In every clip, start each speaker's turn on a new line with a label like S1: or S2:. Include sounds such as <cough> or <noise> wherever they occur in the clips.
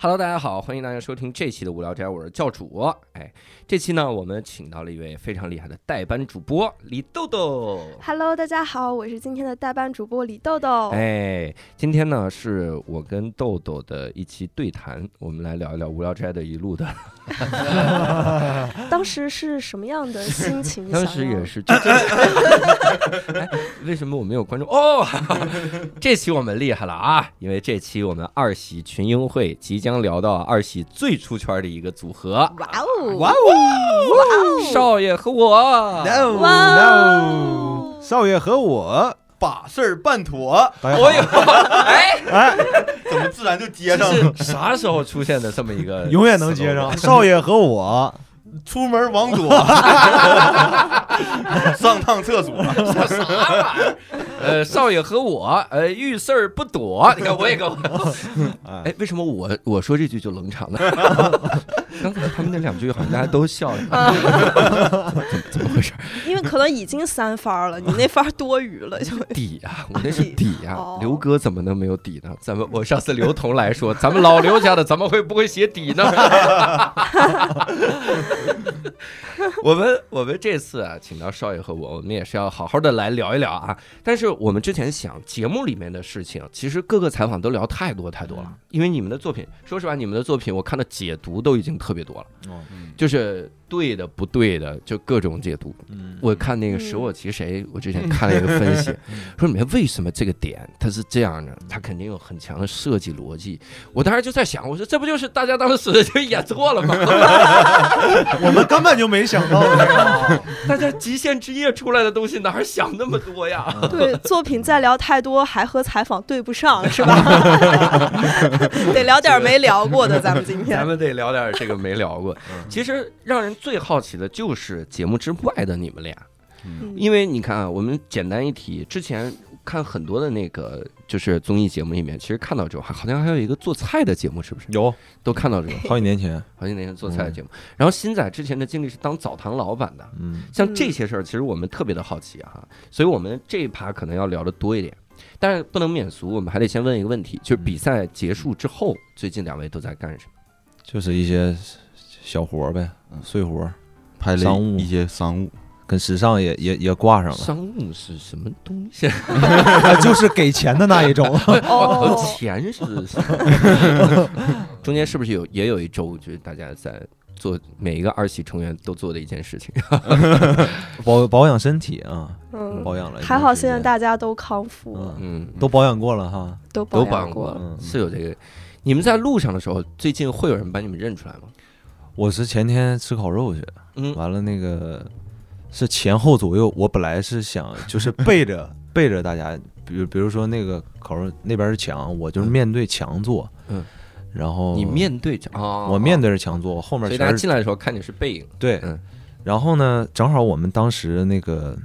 S1: Hello，大家好，欢迎大家收听这期的无聊斋，我是教主。哎，这期呢，我们请到了一位非常厉害的代班主播李豆豆。
S2: Hello，大家好，我是今天的代班主播李豆豆。
S1: 哎，今天呢是我跟豆豆的一期对谈，我们来聊一聊无聊斋的一路的。
S2: 当时是什么样的
S1: <laughs>
S2: 心情？
S1: 当时也。是，就这哎，为什么我没有关注？哦， <laughs> 这期我们厉害了啊！因为这期我们二喜群英会即将聊到二喜最出圈的一个组合
S2: 哇哦！
S3: 哇
S1: ——少爷和我。
S4: No
S2: 哇
S4: No，
S2: 哦！
S3: 少爷和我，
S4: 把事儿办妥，
S3: 大
S1: 我有，
S3: <laughs>
S1: 哎，
S4: 怎么自然就接
S1: 这
S4: 上了？
S1: 是啥时候出现的这么一个 slogan？
S3: 永远能接
S4: <laughs>
S3: 上。少爷和我，
S4: 出门
S3: <laughs>
S4: 往左，上趟厕所，
S1: 呃，少爷和我，呃，遇事儿不躲。你看，我也跟我，哎，为什么我我说这句就冷场了？ <laughs> 刚才他们那两句好像大家都笑 <laughs> 了，
S2: 啊，
S1: 怎么怎么回事？
S2: 因为可能已经三发了，你那发多余了，
S1: <laughs>
S2: 就
S1: 底呀、我那是底呀、
S2: 哦
S1: 刘哥怎么能没有底呢？咱们我上次刘同来说，咱们老刘家的怎么会不会写底呢？ <laughs> 我们我们这次啊，请到少爷和我，我们也是要好好的来聊一聊啊。但是我们之前想节目里面的事情，其实各个采访都聊太多太多了，因为你们的作品，说实话，你们的作品我看的解读都已经特别多了，
S3: 哦
S1: 就是对的不对的，就各种解读。
S3: 嗯，
S1: 我看那个《舍我其谁》，我之前看了一个分析，说里面为什么这个点它是这样的，它肯定有很强的设计逻辑。我当时就在想，我说这不就是大家当时就演错了吗？
S3: 我们根本就没想
S4: <laughs>
S3: 到，
S1: 大家《极限之夜》出来的东西哪儿想那么多呀？
S2: 对作品再聊太多，还和采访对不上，是吧？
S1: <laughs>
S2: 得聊点没聊过的，咱们今
S1: 咱
S2: 天。
S1: 们得聊点这个没聊过。其实让人最好奇的就是节目之外的你们俩，因为你看啊，我们简单一提，之前看很多的那个就是综艺节目里面，其实看到之后，还好像还有一个做菜的节目，是不是？
S3: 有
S1: 都看到这个，
S3: 好几年前，
S1: 好几年前做菜的节目。然后新仔之前的经历是当澡堂老板的，
S3: 嗯，
S1: 像这些事儿，其实我们特别的好奇啊，所以我们这一趴可能要聊的多一点，但是不能免俗，我们还得先问一个问题，就是比赛结束之后，最近两位都在干什么？
S5: 就是一些小活儿呗，嗯碎活儿，
S4: 拍了
S5: 商务
S4: 一些商务，
S5: 跟时尚也也也挂上了。
S1: 商务是什么东 <laughs> 西？
S3: 就是给钱的那一种，
S2: 哦，
S1: 钱是中间是不是有也有一周，就是大家在做每一个二喜成员都做的一件事情？
S5: 保保养身体啊，
S2: 嗯，
S5: 保养了一段时间。
S2: 还好现在大家都康复了，
S5: 嗯
S1: 哦嗯，
S5: 都保养过了哈，
S2: 都
S1: 都
S2: 保养
S1: 绑过
S2: 了。
S5: 嗯
S1: 是有这个。你们在路上的时候，最近会有人把你们认出来吗？
S5: 我是前天吃烤肉去，
S1: 嗯，
S5: 完了那个是前后左右，我本来是想就是背
S1: <laughs>
S5: 着背着大家，比如比如说那个烤肉那边是墙，我就是面对墙坐，
S1: 嗯，
S5: 然后
S1: 你面对着啊，
S5: 我面对着墙坐，我后面
S1: 所以大家
S5: 全是
S1: 进来的时候看你是背影，
S5: 对
S1: 嗯，
S5: 然后呢，正好我们当时那个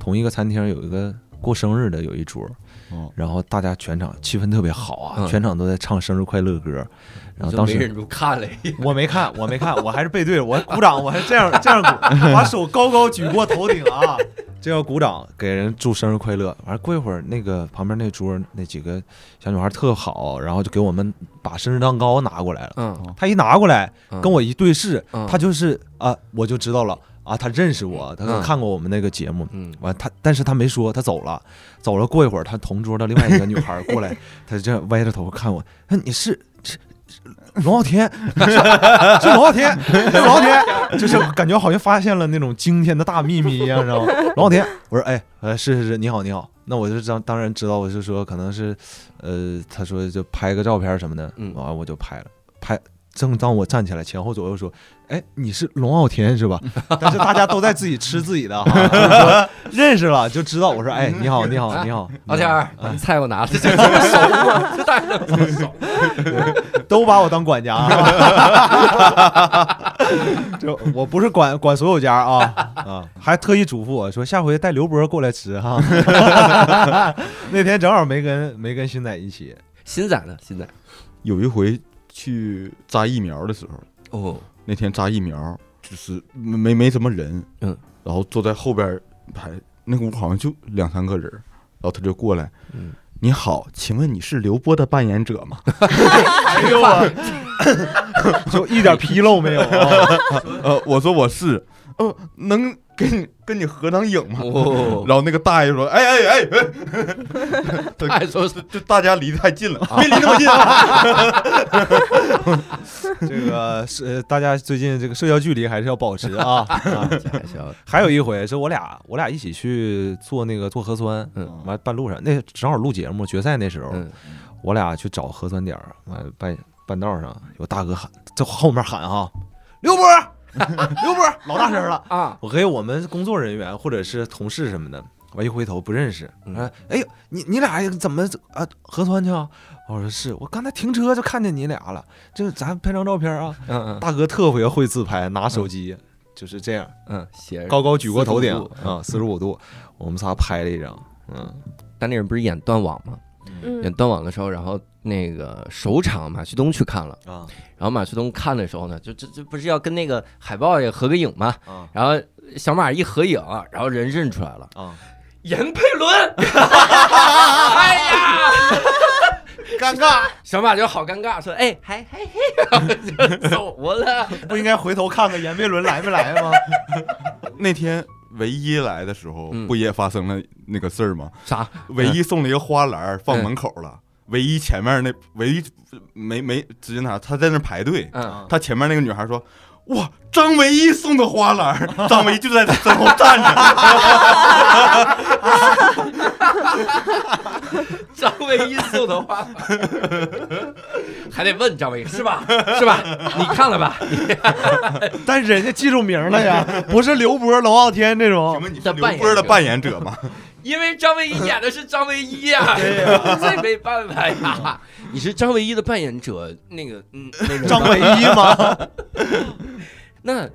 S5: 同一个餐厅有一个过生日的有一桌
S4: 哦，
S5: 然后大家全场气氛特别好啊，
S1: 嗯
S5: 全场都在唱生日快乐歌，然后
S1: 就
S5: 当
S1: 没
S5: 时
S1: 忍住看了一
S5: <laughs>
S1: 眼。
S3: 我没看，我没看，我还是背对着，我还鼓掌，我还
S1: <laughs>
S3: 这样这样鼓，把手高高举过头顶啊！
S5: 这要鼓掌给人祝生日快乐，完了过一会儿那个旁边那桌那几个小女孩特好，然后就给我们把生日蛋糕拿过来了，
S1: 嗯，
S5: 她一拿过来
S1: 嗯
S5: 跟我一对视，
S1: 嗯
S5: 她就是啊，我就知道了啊，她认识我，她
S1: 嗯
S5: 看过我们那个节目，
S1: 嗯，
S5: 完他，但是他没说，他走了，走了。过一会儿，他同桌的另外一个女孩
S1: <laughs>
S5: 过来，他这样歪着头看我，他说你是是是龙傲天， <laughs> 是是龙傲天，是龙傲天，就是感觉好像发现了那种惊天的大秘密一样，知道吗？ <laughs> 龙傲天，我说哎，呃，是是是，你好你好，那我就当当然知道，我是说可能是，呃，他说就拍个照片什么的，
S1: 嗯
S5: 完、我就拍了，拍。正当我站起来，前后左右说：“哎，你是龙傲天是吧？”
S3: 但是大家都在自己吃自己的哈，就是说
S5: 认识了就知道，我说哎，你好，你好，你好，
S1: 老天
S5: 嗯
S1: 儿，把菜给我拿了，
S5: <laughs>
S1: 这这么熟吗？这大家都这么熟。
S3: 都把我当管 <laughs> 家啊！就我不是管管所有家 <laughs> 啊，
S5: 啊，还特意嘱咐我说下回带刘波过来吃啊
S3: <laughs>
S5: 哈。那天正好没跟没跟新仔一起，
S1: 新仔呢？新仔，
S4: 有一回去扎疫苗的时候，
S1: 哦，
S4: 那天扎疫苗就是没没什么人，
S1: 嗯，
S4: 然后坐在后边排那屋好像就两三个人，然后他就过来，
S1: 嗯
S4: 你好，请问你是刘波的扮演者吗？ <laughs>
S3: 哎呦
S5: <laughs>
S3: 我，就一点纰漏没有啊！
S4: 呃，我说我是，哦，能跟你跟你合张影吗？
S1: 哦
S4: 然后那个大爷说，哎哎哎哎，
S1: 太说
S4: 就就大家离得太近了，没离那么近啊，
S5: 这个是呃大家最近这个社交距离还是要保持
S3: <laughs>
S5: 啊。啊
S1: 还
S5: <laughs>
S1: 行，
S5: 还有一回是我俩我俩一起去做那个做核酸，
S1: 嗯
S5: 完半路上那正好录节目决赛那时候，
S1: 嗯，
S5: 我俩去找核酸点儿，完半半道上有大哥喊，在后面喊哈，刘波 <laughs> 儿，刘波儿，老大声了
S1: 啊！
S5: 我跟我们工作人员或者是同事什么的，我一回头不认识，
S1: 嗯
S5: 啊，哎呦，你你俩怎么啊核酸去啊？我说是我刚才停车就看见你俩了，这咱拍张照片 <laughs> 啊。
S1: 嗯
S5: 大哥特别会自拍，拿手机、就是这样，
S1: 嗯，斜着
S5: 高高举过头顶
S1: 45度
S5: 啊，四十五度，我们仨拍了一张，嗯，
S1: 但那人不是演断网吗？演
S2: 嗯，
S1: 断网的时候，然后那个首场马旭东去看了，
S5: 啊
S1: 然后马旭东看的时候呢，就这这不是要跟那个海报也合个影吗？
S5: 啊
S1: 然后小马一合影，然后人认出来了，
S5: 啊，
S1: 闫佩伦。哎呀，
S4: 尴尬。
S1: 小马就好尴尬，说：“哎，还嘿嘿，然后就走了。
S3: 不应该回头看看闫佩伦来没来吗？ <laughs>
S4: 那天唯一来的时候，
S1: 嗯
S4: 不也发生了那个事儿吗？”
S1: 啥？
S4: 唯一送了一个花篮儿放门口了，唯一前面那唯一没没直接拿，他在那排队，
S1: 嗯，
S4: 他前面那个女孩说。哇，张唯一送的花篮儿，张唯一就在他身后站着，
S1: <laughs> 张卫一送的花， <laughs> 还得问张卫一是吧？是吧？你看了吧？
S3: 但人家记住名了呀，不是刘波、龙傲天这
S4: 请
S5: 哦
S3: 种。
S4: 问你是刘波的扮演者吗？
S1: 因为张卫一演的是张卫一呀，这没办法呀。 <laughs> 你是张卫一的扮演者，那个嗯，那个
S3: 张唯一吗？
S1: 那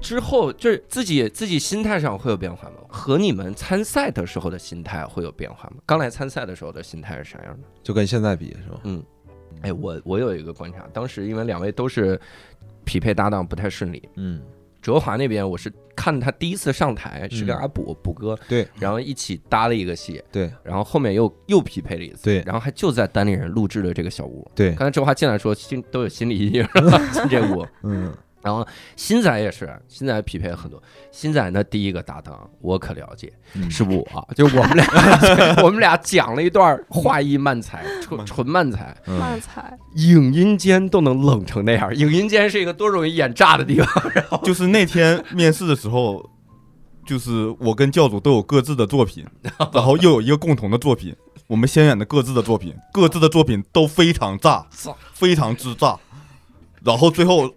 S1: 之后就是自己自己心态上会有变化吗？和你们参赛的时候的心态会有变化吗？刚来参赛的时候的心态是啥样的？
S5: 就跟现在比是吧？
S1: 哎，我我有一个观察，当时因为两位都是匹配搭档不太顺利，
S5: 嗯，
S1: 哲华那边我是看他第一次上台是跟
S5: 嗯
S1: 阿卜卜哥
S5: 对，
S1: 然后一起搭了一个戏，
S5: 对，
S1: 然后后面又又匹配了一次，
S5: 对
S1: 然后还就在单立人录制了这个小屋。
S5: 对，
S1: 刚才哲华进来说心都有心理阴影了，
S5: <laughs>
S1: 进这屋。
S5: 嗯，
S1: 然后新仔也是，新仔匹配了很多。新仔呢，第一个搭档我可了解，
S5: 嗯
S1: 是我、就我们
S5: <laughs>
S1: 俩，我们俩讲了一段画意漫才，
S5: 嗯
S1: 纯纯漫才，
S2: 慢才，
S1: 影音间都能冷成那样。影音间是一个多容易演炸的
S5: <laughs>
S1: 地方。
S4: <laughs> 就是那天面试的时候，就是我跟教主都有各自的作 <laughs> 品，然后又有一个共同的作品，我们先演的各自的作品，各自的作品都非常炸
S1: 炸，
S4: 非常之炸，然后最后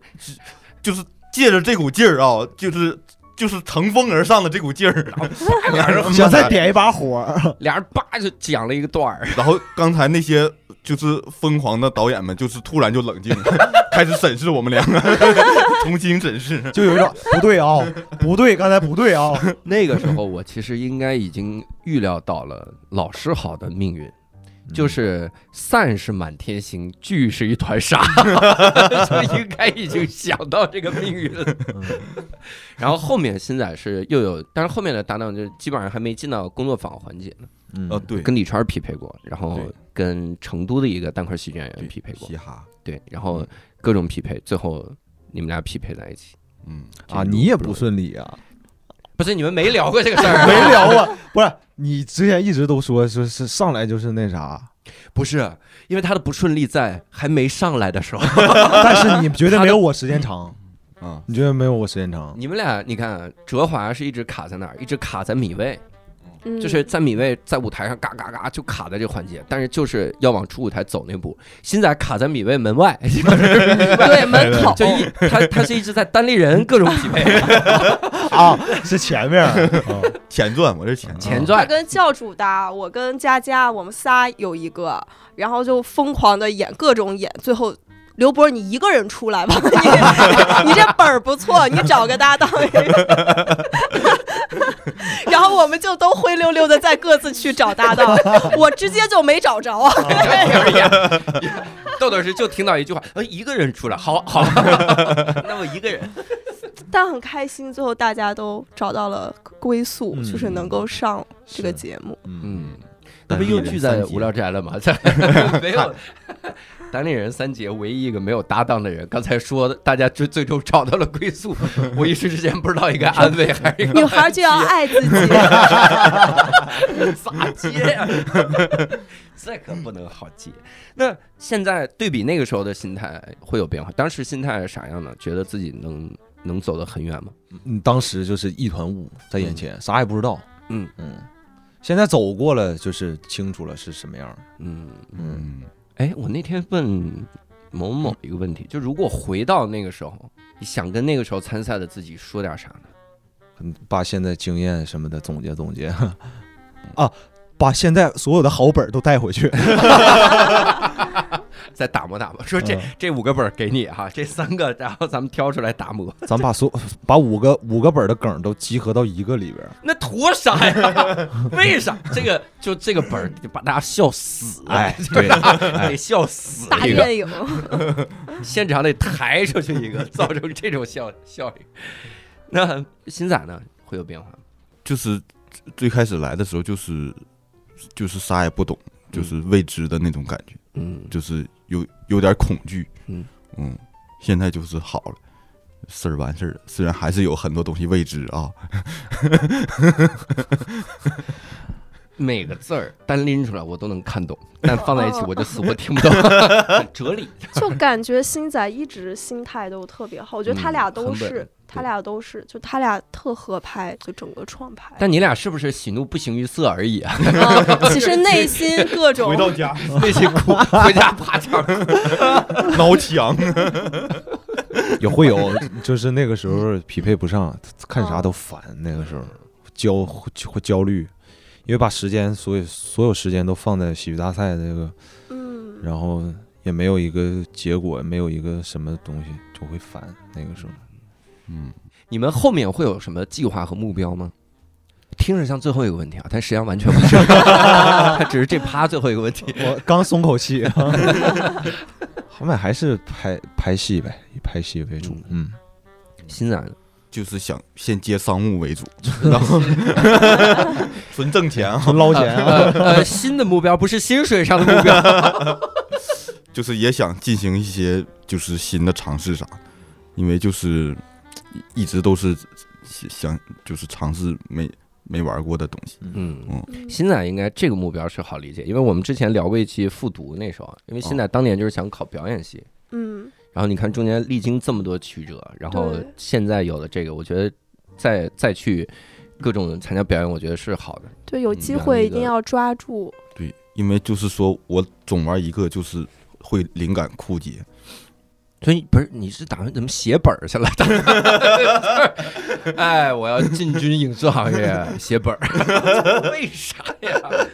S4: 就是借着这股劲儿啊，就是就是乘风而上的这股劲儿，啊俩 <laughs> 人
S3: 想再点一把火，
S1: 俩人叭就讲了一个段儿，
S4: 然后刚才那些就是疯狂的导演们，就是突然就冷静了， <laughs> 开始审视我们两个， <laughs> 重新审视。
S5: 嗯
S3: 就有一种不对啊、不对，刚才不对啊、
S5: <laughs>
S1: 那个时候，我其实应该已经预料到了老师好的命运，就是散是满天星，聚是一团沙，就应该已经想到这个命运了。然后后面新仔是又有，但是后面的搭档就基本上还没进到工作坊环节呢，
S5: 嗯
S4: 呃，对，
S1: 跟李川匹配过，然后
S4: 对
S1: 跟成都的一个单口喜剧演员
S4: 对
S1: 匹配过
S4: 嘻，哈，
S1: 对，然后各种匹配，最后你们俩匹配在一起。
S4: 嗯，
S5: 啊，你也不顺利啊，
S1: 不是你们没聊过这个事儿啊，
S5: <laughs> 没聊
S3: <laughs>
S5: 啊，不是你之前一直都说说是上来就是那啥，
S3: <laughs>
S1: 不是，因为他的不顺利在还没上来的时候。
S5: 但是你绝对没有我时间 <laughs> 长，
S4: 啊。
S5: 你绝对没有我时间长，
S1: 你们俩，你看哲华是一直卡在哪儿？一直卡在米未，
S2: 嗯
S1: 就是在米未在舞台上嘎嘎嘎就卡在这个环节，但是就是要往出舞台走那步。新仔卡在米未门外，
S2: 对门口，
S1: <laughs> 就一他他是一直在单立人各种匹配
S3: 啊，是前面
S5: <laughs> 啊
S4: 前传，我这前传。
S1: 前
S2: <laughs> 他
S1: 传。
S2: 跟教主搭，我跟佳佳，我们仨有一个，然后就疯狂的演各种演，最后。刘博，你一个人出来吧， <laughs> 你你这本儿不错，你找个搭档。 <laughs> 然后我们就都灰溜溜的再各自去找搭档，我直接就没找着啊。
S1: <laughs> 豆豆是就听到一句话，呃，一个人出来，好好， <laughs> 那么一个人，
S2: 但很开心，最后大家都找到了归宿，
S5: 嗯
S2: 就是能够上这个
S5: 是
S2: 节目。
S5: 嗯，
S1: 嗯，那不又聚在无聊斋了 <laughs> 吗？在没有。单立人三杰唯一一个没有搭档的人，刚才说的大家最最终找到了归 <laughs> 宿，我一时之间不知道应该安慰还是应该
S2: 女孩就要爱自己，
S1: 咋接 <laughs> 呀？啊这可不能好接。那现在对比那个时候的心态会有变化，当时心态是啥样呢？觉得自己能能走得很远吗？
S5: 嗯，当时就是一团雾在眼前，啥也不知道。
S1: 嗯
S5: 嗯，现在走过了，就是清楚了是什么样儿。
S1: 嗯，
S5: 嗯，
S4: 嗯，
S1: 哎，我那天问某某一个问题，就如果回到那个时候，你想跟那个时候参赛的自己说点啥呢？
S5: 嗯把现在经验什么的总结总结 <laughs> 啊，把现在所有的好本儿都带回去。 <laughs>
S1: 再打磨打磨，说这、这五个本儿给你哈，这三个然后咱们挑出来打磨， <laughs>
S5: 咱把所把五个五个本儿的梗儿都集合到一个里边儿。
S1: 那图啥呀？ <laughs> 为啥这个就这个本儿就把大家笑死？啊 <laughs>
S5: 哎，对，
S1: 得笑死
S2: 大
S1: 一个，
S2: 电影。
S1: 现场得抬出去一个，造成这种效效应。那新仔呢会有变化吗？
S4: 就是最开始来的时候，就是就是啥也不懂，就是未知的那种感觉，
S1: 嗯
S4: 就是有有点恐惧。
S1: 嗯
S4: 嗯现在就是好了，事儿完事儿了，虽然还是有很多东西未知啊，
S1: 每个字儿单拎出来我都能看懂，但放在一起我就死活听不 <laughs> 懂。哲理，
S2: 就感觉星仔一直心态都特别好，我觉得他俩
S1: 嗯
S2: 都
S1: 很稳
S2: 是，他俩都是，就他俩特合拍，就整个创拍。
S1: 但你俩是不是喜怒不形于色而已啊？
S2: 啊其实内心各种
S4: 回到家
S1: <laughs> 那些哭，回家爬墙。
S4: 挠墙。
S5: 也会有，就是那个时候匹配不上，看啥都烦。那个时候焦会焦虑，因为把时间所有所有时间都放在喜剧大赛这个，
S2: 嗯，
S5: 然后也没有一个结果，没有一个什么东西，就会烦。
S6: <laughs>
S5: 那个时候
S4: 嗯，
S1: 你们后面会有什么计划和目标吗？听着像最后一个问题啊，但实际上完全不是，它只是这趴最后一个问题。
S5: 我刚松
S6: <laughs>
S5: 口气， <laughs> 后面还是拍拍戏呗，以拍戏为主。嗯，
S1: 新仔呢？
S4: 就是想先接商务为主，然后 <laughs> 纯挣钱啊，
S5: 纯捞钱啊！
S1: 呃呃，新的目标不是薪水上的目标， <laughs>
S4: 就是也想进行一些就是新的尝试啥，因为就是一一直都是想就是尝试没没玩过的东西。
S1: 嗯。
S2: 嗯
S1: 新仔应该这个目标是好理解，因为我们之前聊过一期复读那时候，因为新仔当年就是想考表演系，
S2: 嗯，
S1: 然后你看中间历经这么多曲折，然后
S2: 对
S1: 现在有了这个，我觉得再再去各种参加表演，我觉得是好的。
S2: 对，有机
S1: 然后
S2: 会
S1: 一
S2: 一定
S1: 个
S2: 要抓住。
S4: 对，因为就是说我总玩一个，就是会灵感枯竭。
S1: 所以不是你是打算怎么写本儿去了？哎，我要进军影视行业，写本儿， <laughs> 为啥呀？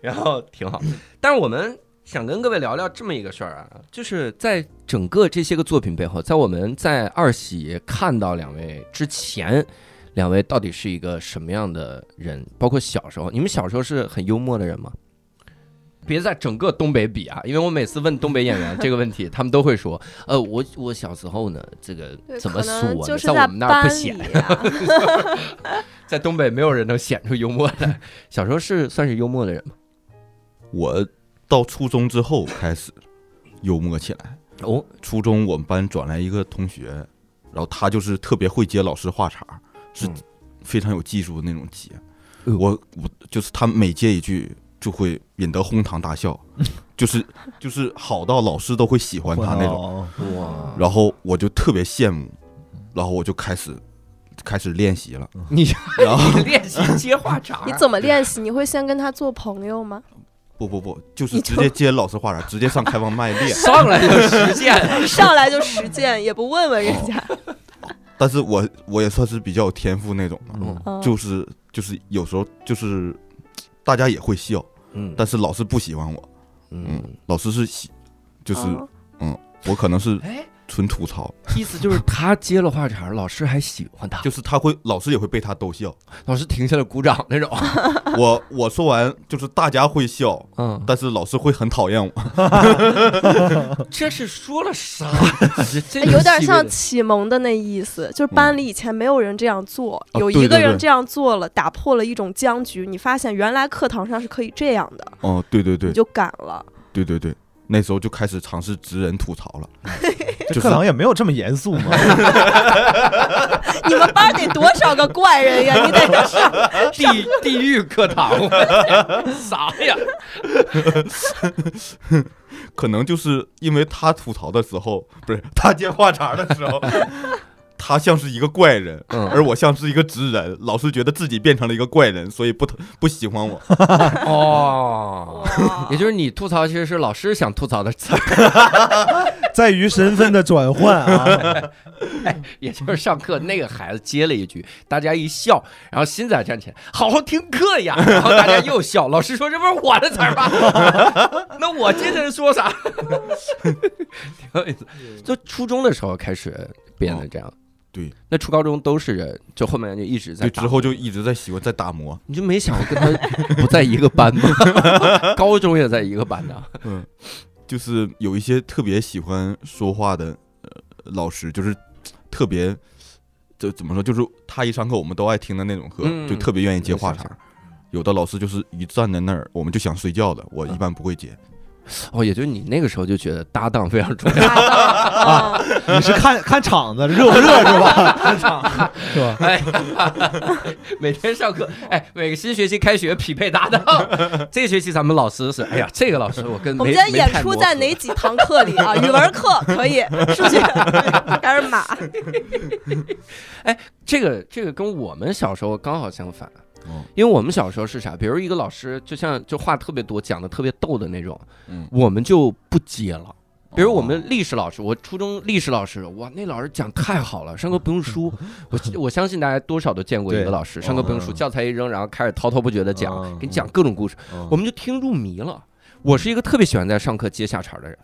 S1: 然后挺好，但是我们想跟各位聊聊这么一个事儿啊，就是在整个这些个作品背后，在我们在二喜看到两位之前，两位到底是一个什么样的人？包括小时候，你们小时候是很幽默的人吗？别在整个东北比啊，因为我每次问东北演员这个问题，他们都会说，呃，我我小时候呢，这个
S2: 对，
S1: 怎么
S2: 可
S1: 说
S2: 能
S1: 呢，
S2: 就是
S1: 在我们那儿
S2: 班
S1: 不
S2: 里
S1: 显，
S2: 啊，
S1: <laughs> 在东北没有人能显出幽默 <laughs> 来。小时候是算是幽默的人吗？
S4: 我到初中之后开始幽默起来。
S1: 哦，
S4: 初中我们班转来一个同学，然后他就是特别会接老师话茬儿，是
S1: 嗯
S4: 非常有技术的那种接。
S1: 哎呦
S4: 我我就是他每接一句就会引得哄堂大笑，
S1: 嗯
S4: 就是就是好到老师都会喜欢他那种。
S5: 种，
S1: 哇，
S4: 然后我就特别羡慕，然后我就开始开始练习了。
S1: 你
S4: 然后
S1: 你练习接话茬，
S2: 你怎么练习？你会先跟他做朋
S1: <laughs>
S2: 友吗？
S4: 不不不，就是
S2: 你
S4: 直
S2: 就
S4: 接接老师话茬，直接上开放麦
S2: <laughs>
S4: 练。
S1: 上来就实践？
S2: 上来就实践，也不问问人家。
S4: 但是我我也算是比较有天赋那种嘛，
S1: 嗯
S2: 嗯
S4: 就是就是有时候就是大家也会笑，
S1: 嗯
S4: 但是老师不喜欢我，
S1: 嗯，
S4: 老师是喜，就是
S2: 哦
S4: 我可能是
S5: <laughs>
S1: 哎，
S4: 纯吐槽，
S1: 意思就是他接了话茬儿，老师还喜欢他，
S4: 就是他会老师也会被他逗笑。
S1: 老师停下来鼓掌那种。
S4: 我我说完就是大家会笑，
S1: 嗯，
S4: 但是老师会很讨厌我。 <laughs>
S1: 这是说了啥？嗯 <laughs> 这
S2: 哎有点像启蒙的那意思，
S5: 嗯
S2: 就是班里以前没有人这样做，
S4: 哦
S2: 有
S4: 对
S2: 一个
S4: 对
S2: 人
S4: 对
S2: 这样做了，打破了一种僵局。你发现原来课堂上是可以这样的，
S4: 哦，对对对
S2: 你就敢了。 <laughs>
S4: 对对对，那时候就开始尝试直人吐槽了。
S6: 这课堂也没有这么严肃
S5: <laughs>
S6: 嘛。
S2: 你们班得多少个怪人呀？你得上
S1: 地地狱课堂， <laughs> 啥呀？
S4: 可能就是因为他吐槽的时候， <laughs> 不是他接话茬的时候，他像是一个怪人，
S1: 嗯
S4: 而我像是一个直人。老师觉得自己变成了一个怪人，所以不不喜欢我。
S1: 哦。
S2: 哇
S1: 也就是你吐槽其实是老师想吐槽的词儿，
S6: 在于身份的转换
S5: <laughs>
S6: 啊，
S1: 也就是上课那个孩子接了一句，大家一笑，然后新仔站起来，好好听课呀，然后大家又笑，老师说这不是我的词儿吗？ <laughs> 那我接着说啥？ <laughs> 挺有意思。就初中的时候开始变得这样，
S4: 哦对，
S1: 那初高中都是就后面就一 <laughs> 直在
S4: 就
S1: 打
S4: 之后就一直在喜欢在打磨。
S1: 你就没想过跟他不在一个班吗？ <laughs> 高中也在一个班呢。
S4: 嗯，就是有一些特别喜欢说话的呃老师，就是特别就怎么说，就是他一上课我们都爱听的那种课，
S1: 嗯
S4: 就特别愿意接话
S1: 是
S4: 茬。有的老师就是一站在那儿，我们就想睡觉的，我一般不会接。
S1: 哦，也就是你那个时候就觉得搭档非常重要。
S5: <laughs>
S2: 啊
S6: 你是看看场子热不热是吧？看场是吧？
S1: 哎呀， <laughs> 每天上
S2: 哦
S1: 课，哎，每个新学期开学匹配搭
S2: <laughs>
S1: 档。这学期咱们老师是，哎呀，这个老师我跟
S2: 我
S1: 没
S2: 们今天演出在哪？几堂课里啊？语文课可以，数学 <laughs> 开始
S5: <laughs>
S2: 码。
S1: 没太磨合这个这个跟我们小时候刚好相反。
S4: 哦
S1: 因为我们小时候是啥？比如一个老师，就像就话特别多，讲的特别逗的那种，
S4: 嗯
S1: 我们就不接了。比如我
S4: 哦
S1: 们历史老师，我初中历史老师，哇，那老师讲太好了，上课不用
S5: <laughs>
S1: 书。我我相信大家多少都见过一个
S5: 对
S1: 老师，上课不用书，
S5: 嗯
S1: 教材一扔，然后开始滔滔不绝的讲，
S5: 嗯
S1: 给你讲各种故事，我们就听入迷了。我是一个特别喜欢在上课接下茬的人，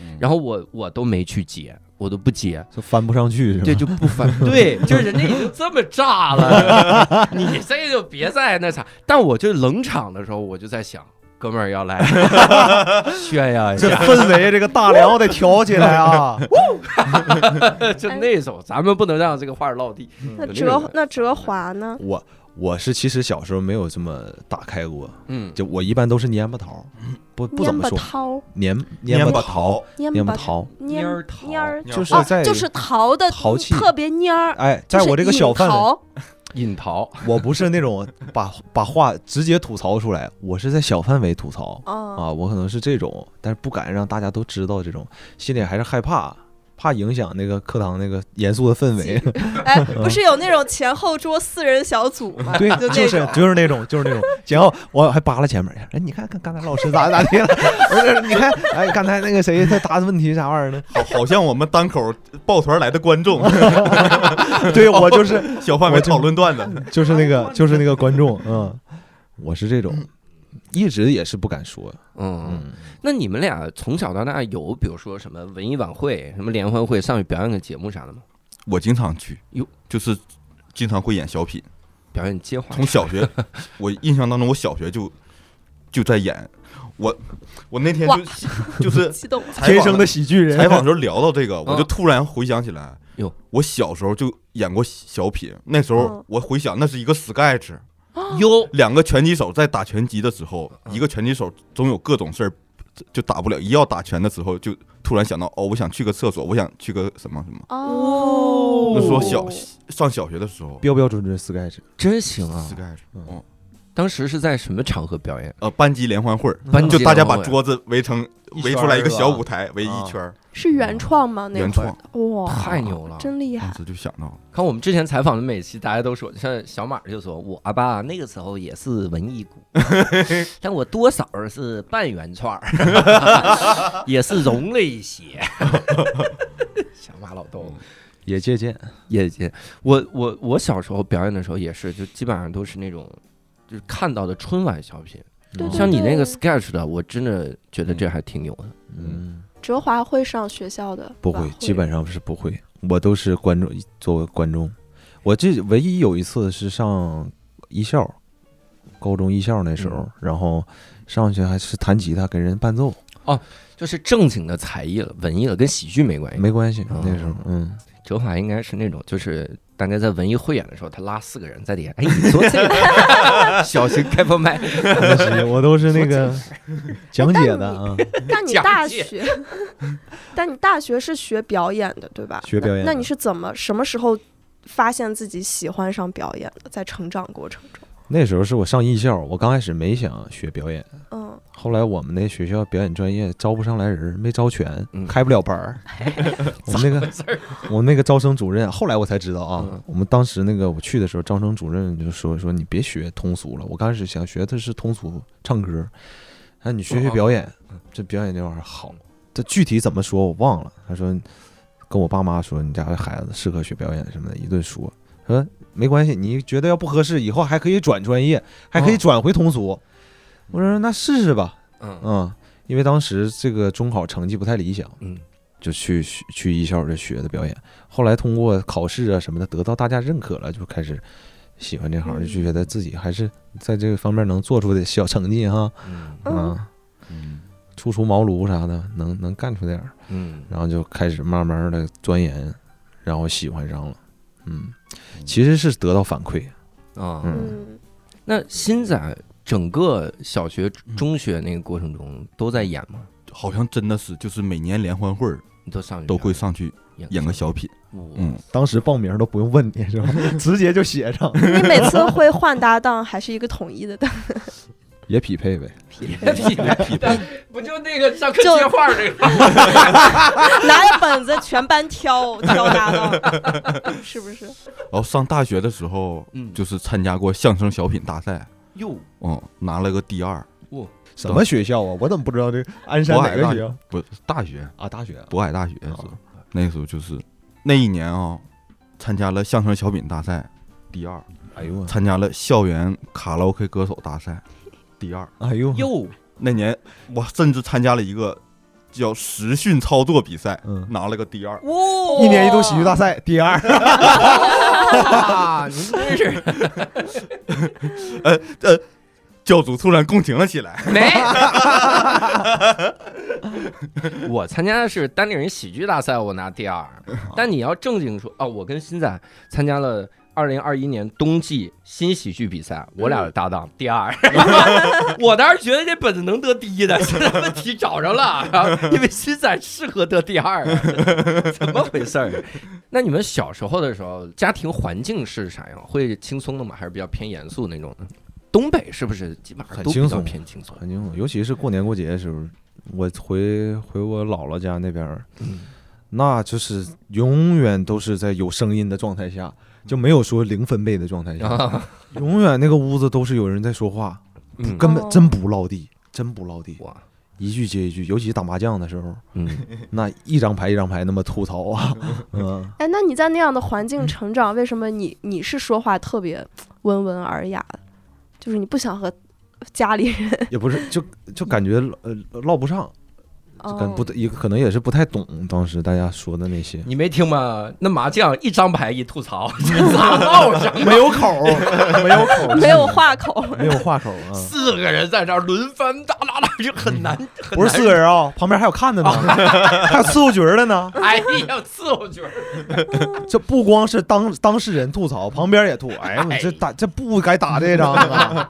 S4: 嗯
S1: 然后我我都没去接，我都不接。
S5: <laughs> 就翻不上去
S1: 这就不
S5: <laughs>
S1: 反对，就是人家已经这么炸了， <laughs> 你这就别再那啥。但我就冷场的时候，我就在想，哥们儿要来 <laughs> 炫耀一
S6: 这
S1: 下，
S6: 氛围，这个大梁得挑起来啊！
S1: 就那种，咱们不能让这个话儿落地。有
S2: 那
S1: 那
S2: 哲
S1: 种
S2: 那哲华呢？
S5: 我我是其实小时候没有这么打开过，
S1: 嗯，
S5: 就我一般都是蔫巴桃，不不怎
S2: 蔫
S5: 么
S2: 巴
S5: 说
S2: 桃，
S5: 蔫
S3: 蔫
S5: 巴
S3: 巴
S5: 桃，
S2: 蔫
S5: 蔫巴
S2: 巴
S5: 桃，
S1: 蔫
S2: 蔫
S1: 儿
S2: 儿
S1: 桃
S2: 蔫儿，
S5: 就是
S2: 哦，
S5: 在
S2: 就是桃的
S5: 淘气
S2: 特别蔫儿，
S5: 哎，
S2: 就
S5: 在
S2: 是
S5: 我这个
S2: 隐
S5: 小范围，
S2: 桃
S1: 引桃，
S5: <laughs> 我不是那种把把话直接吐槽出来，我是在小范围吐槽
S2: 啊，
S5: 啊，我可能是这种，但是不敢让大家都知道这种，心里还是害怕，怕影响那个课堂那个严肃的氛围。
S2: <laughs> 哎，不是有那种前后桌四人小组吗？
S5: <laughs> 对，
S2: 就
S5: 就
S2: 那
S5: 是
S2: 种
S5: 就是那种就是那种，
S2: <laughs>
S5: 然后我还扒拉前面去，哎，你看看刚才老师咋咋地了，不是你看，哎，刚才那个谁他答的问题啥玩意儿呢？
S2: <laughs>
S4: 好，好像我们单口抱团来的观 <laughs> 众，
S5: 对我就是
S4: 小范围讨论段子。
S5: 就是那
S2: <laughs>
S5: 个就是那个观众，嗯，我是这种，
S2: 嗯
S5: 一直也是不敢说，
S1: 嗯，
S5: 嗯，
S1: 那你们俩从小到大有，比如说什么文艺晚会、什么联欢会，上去表演个节目啥的吗？
S4: 我经常去
S1: 哟，
S4: 就是经常会演小 <laughs> 品。
S1: 表演接话
S4: 从小学，我印象当中，我小学就就在演。我我那天
S2: 哇
S4: 就就是 <laughs>
S2: 激动了，
S4: 采访
S6: 天生的喜剧人
S4: 采访的时嗯候聊到这个，我就突然回想起来，
S1: 哟，
S4: 我小时候就演过小品，那时候
S2: 嗯
S4: 我回想那是一个 sketch，
S2: 哦
S1: 哟，
S4: 两个拳击手在打拳击的时候，
S1: 嗯
S4: 一个拳击手总有各种事儿就打不了，一要打拳的时候就突然想到，哦，我想去个厕所，我想去个什么什么。
S2: 哦
S4: 那时候
S1: 哦
S4: 小上小学的时候
S5: 标标准准 sketch，
S1: 真行啊！
S4: ，sketch，嗯，
S1: 当时是在什么场合表演？
S4: 呃，班级联欢会儿，
S1: 班级
S4: 就大家
S1: 联欢
S4: 把
S1: 会
S4: 桌子围成
S5: 一圈
S4: 围
S5: 儿
S4: 出来一个
S5: 是吧
S4: 小舞台，围一圈儿，
S2: 是原创吗？那
S4: 原
S2: 会儿
S4: 创，
S2: 哇，
S1: 太牛了，
S2: 真
S5: 啊
S2: 厉
S4: 当
S2: 害！
S4: 时就想到了，
S1: 看我们之前采访的每期，大家都说，像小马就说，我吧那个时候也是文艺股， <laughs> 但我多少是半原创 <laughs> 儿，也是融了一 <laughs> 些。小马老豆
S5: 也借鉴，
S1: 也也，我我我小时候表演的时候也是，就基本上都是那种，就是看到的春晚小品，
S2: 对对
S5: 嗯
S1: 像你那个
S2: 对
S1: 嗯 sketch 的，我真的觉得这还挺牛的。
S5: 嗯，
S2: 哲华会上学校的
S5: 不
S2: 晚
S5: 会，基本上是不会。我都是观众，作为观众，我这唯一有一次是上艺校，高中艺校那时候，然后上去还是弹吉他给人伴奏，
S1: 就是正经的才艺了，文艺了，跟喜剧没关系。
S5: 没关系。
S1: 哦
S5: 那时候，嗯，
S1: 哲华应该是那种，就是大家在文艺汇演的时候，他拉四个人在底下，哎，你说这个小型开放麦，
S5: <laughs> <laughs> 我都是那个讲解的啊，
S2: 但你
S1: 讲
S2: 大
S1: 解
S2: 学， <laughs> 但你大学是学表演的，对吧？
S5: 学表演
S2: 那
S5: 的
S2: 你是怎么什么时候发现自己喜欢上表演的？在成长过程中，
S5: <laughs> 那时候是我上艺校，我刚开始没想学表演，
S2: 嗯，
S5: 后来我们那学校表演专业招不上来人，没招全
S1: 嗯，
S5: 开不了
S1: <laughs>
S5: 班儿。我们那个 <laughs> 我们那个招生主任，后来我才知道啊
S1: 嗯，
S5: 我们当时那个我去的时候，招生主任就说说你别学通俗了，我刚开始想学的是通俗唱歌，他说你学学表演，
S1: 哦
S5: 这表演这玩意儿好。这具体怎么说我忘了，他说跟我爸妈说你家这孩子适合学表演什么的，一顿说，说没关系，你觉得要不合适，以后还可以转专业，还可以
S1: 哦
S5: 转回通俗。我说那试试吧，
S1: 嗯
S5: 嗯，因为当时这个中考成绩不太理想，
S1: 嗯，
S5: 就去学去艺校这学的表演，后来通过考试啊什么的得到大家认可了，就开始喜欢这行，
S2: 嗯
S5: 就觉得自己还是在这个方面能做出点小成绩哈，
S1: 嗯
S2: 嗯
S5: 啊，
S4: 嗯
S5: 初出茅庐啥的，能能干出点儿，
S1: 嗯
S5: 然后就开始慢慢的钻研，然后喜欢上了，嗯，其实是得到反馈，
S1: 啊，
S5: 嗯
S2: 嗯， <laughs>
S1: 那新仔整个小学、中学那个过程中都在演吗？
S4: 好像真的是，就是每年联欢会儿
S1: 你都上去
S4: 都会
S1: 表
S4: 上去
S1: 演
S4: 演个，小品，
S1: 嗯 <laughs>
S4: 嗯，
S5: 当时报名都不用问你是吧， <laughs> 直接就写上，
S2: 你每次会换搭档，还是一个统一的搭档？
S5: 也匹配呗，
S1: <laughs> 不就那个上课
S2: 就
S1: 接话那个？
S2: 拿着本子全班
S5: <laughs>
S2: 挑挑搭档，是不是？
S4: 然后上大学的时候
S1: 嗯
S4: 就是参加过相声小品大赛，
S1: 哟，
S4: 嗯，拿了个第二，
S5: 什么学校啊？我怎么不知道这鞍山
S4: 渤
S5: 哪
S4: 海
S5: 个
S4: 大
S5: 学校
S4: 不大学，
S5: 啊？大学啊
S4: 渤海大学是
S5: 啊，
S4: 那时候就是那一年啊、参加了相声小品大赛第二，
S5: 哎呦我，
S4: 参加了校园卡拉 OK 歌手大赛第二。
S5: 哎呦，
S1: <laughs> 哟，
S4: 那年我甚至参加了一个叫实训操作比赛，
S5: 嗯，
S4: 拿了个第二。
S2: 哇、
S5: 一年一度喜剧大赛第二，
S1: 哇，啊您真是
S4: 教主突然共情了起来，
S5: <laughs>
S1: 没。我参加的是单立人喜剧大赛，我拿第二。但你要正经说，哦，我跟新仔参加了二零二一年冬季新喜剧比赛，我俩是
S5: 嗯
S1: 搭档，第
S5: <laughs>
S1: 二。我当时觉得这本子能得第一的，现在问题找着了，因为新仔适合得第
S5: <laughs>
S1: 二啊，怎么回事儿？那你们小时候的时候，家庭环境是啥样？会轻松的吗？还是比较偏严肃那种呢？东北是不是基本上
S5: 很
S1: 都比
S5: 轻
S1: 较
S5: 松
S1: 偏轻松？
S5: 很清楚，尤其是过年过节的时候，我回回我姥姥家那边儿，那就是永远都是在有声音的状态下，就没有说零分贝的状态下，
S1: 啊，
S5: 永远那个屋子都是有人在说话，
S1: 嗯
S5: 根本
S2: 哦
S5: 真不落地，真不落地，
S1: 哇，
S5: 一句接一句，尤其打麻将的时候，
S1: 嗯，
S5: 那一张牌一张牌那么吐槽啊，嗯。
S2: 哎，那你在那样的环境成长，为什么你你是说话特别温文尔雅的？就是你不想和家里人
S5: 也不是，就就感觉呃唠不上， <laughs> 就感
S2: 哦
S5: <laughs> 不也可能也是不太懂当时大家说的那些，
S1: 你没听吗？那麻将一张牌一吐槽， <laughs> 咋闹上？
S5: 没有口儿，没有口儿，
S2: 没有话口，
S5: <laughs> 没有话口儿啊，
S1: 四个人在这儿轮番哒啦啦，就很难，很
S5: 不是
S1: 难
S5: 四个。人啊，旁边还有看的呢， <laughs> 还有伺候角儿的呢，
S1: 哎呀，伺候角儿，
S5: 这不光是当当事人吐槽，旁边也吐，哎呀，我这打这不该打这张 <laughs> 啊，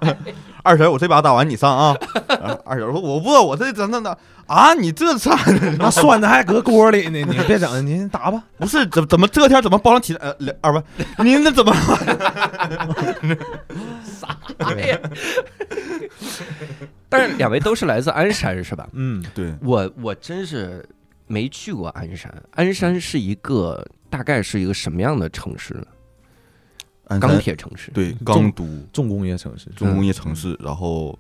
S4: 二婶，我这把打完你上
S5: <laughs>
S4: 啊！然后二婶说：“我不，我这怎怎怎啊？你这啥？
S5: 那酸的还搁锅里呢， <laughs> 你别整，您打吧，
S4: 不是怎怎么这天怎么包上起来？呃，两
S5: <laughs>
S4: 二不，您那怎么？
S1: 哎呀！但是两位都是来自鞍山是吧？
S5: 嗯，
S4: 对，
S1: 我我真是没去过鞍山，鞍山是一个大概是一个什么样的城市呢？
S4: 鞍
S1: 钢
S4: 山
S1: 铁城市。
S4: 对钢都
S5: 重工业城市，
S4: 重工业城市，然后。”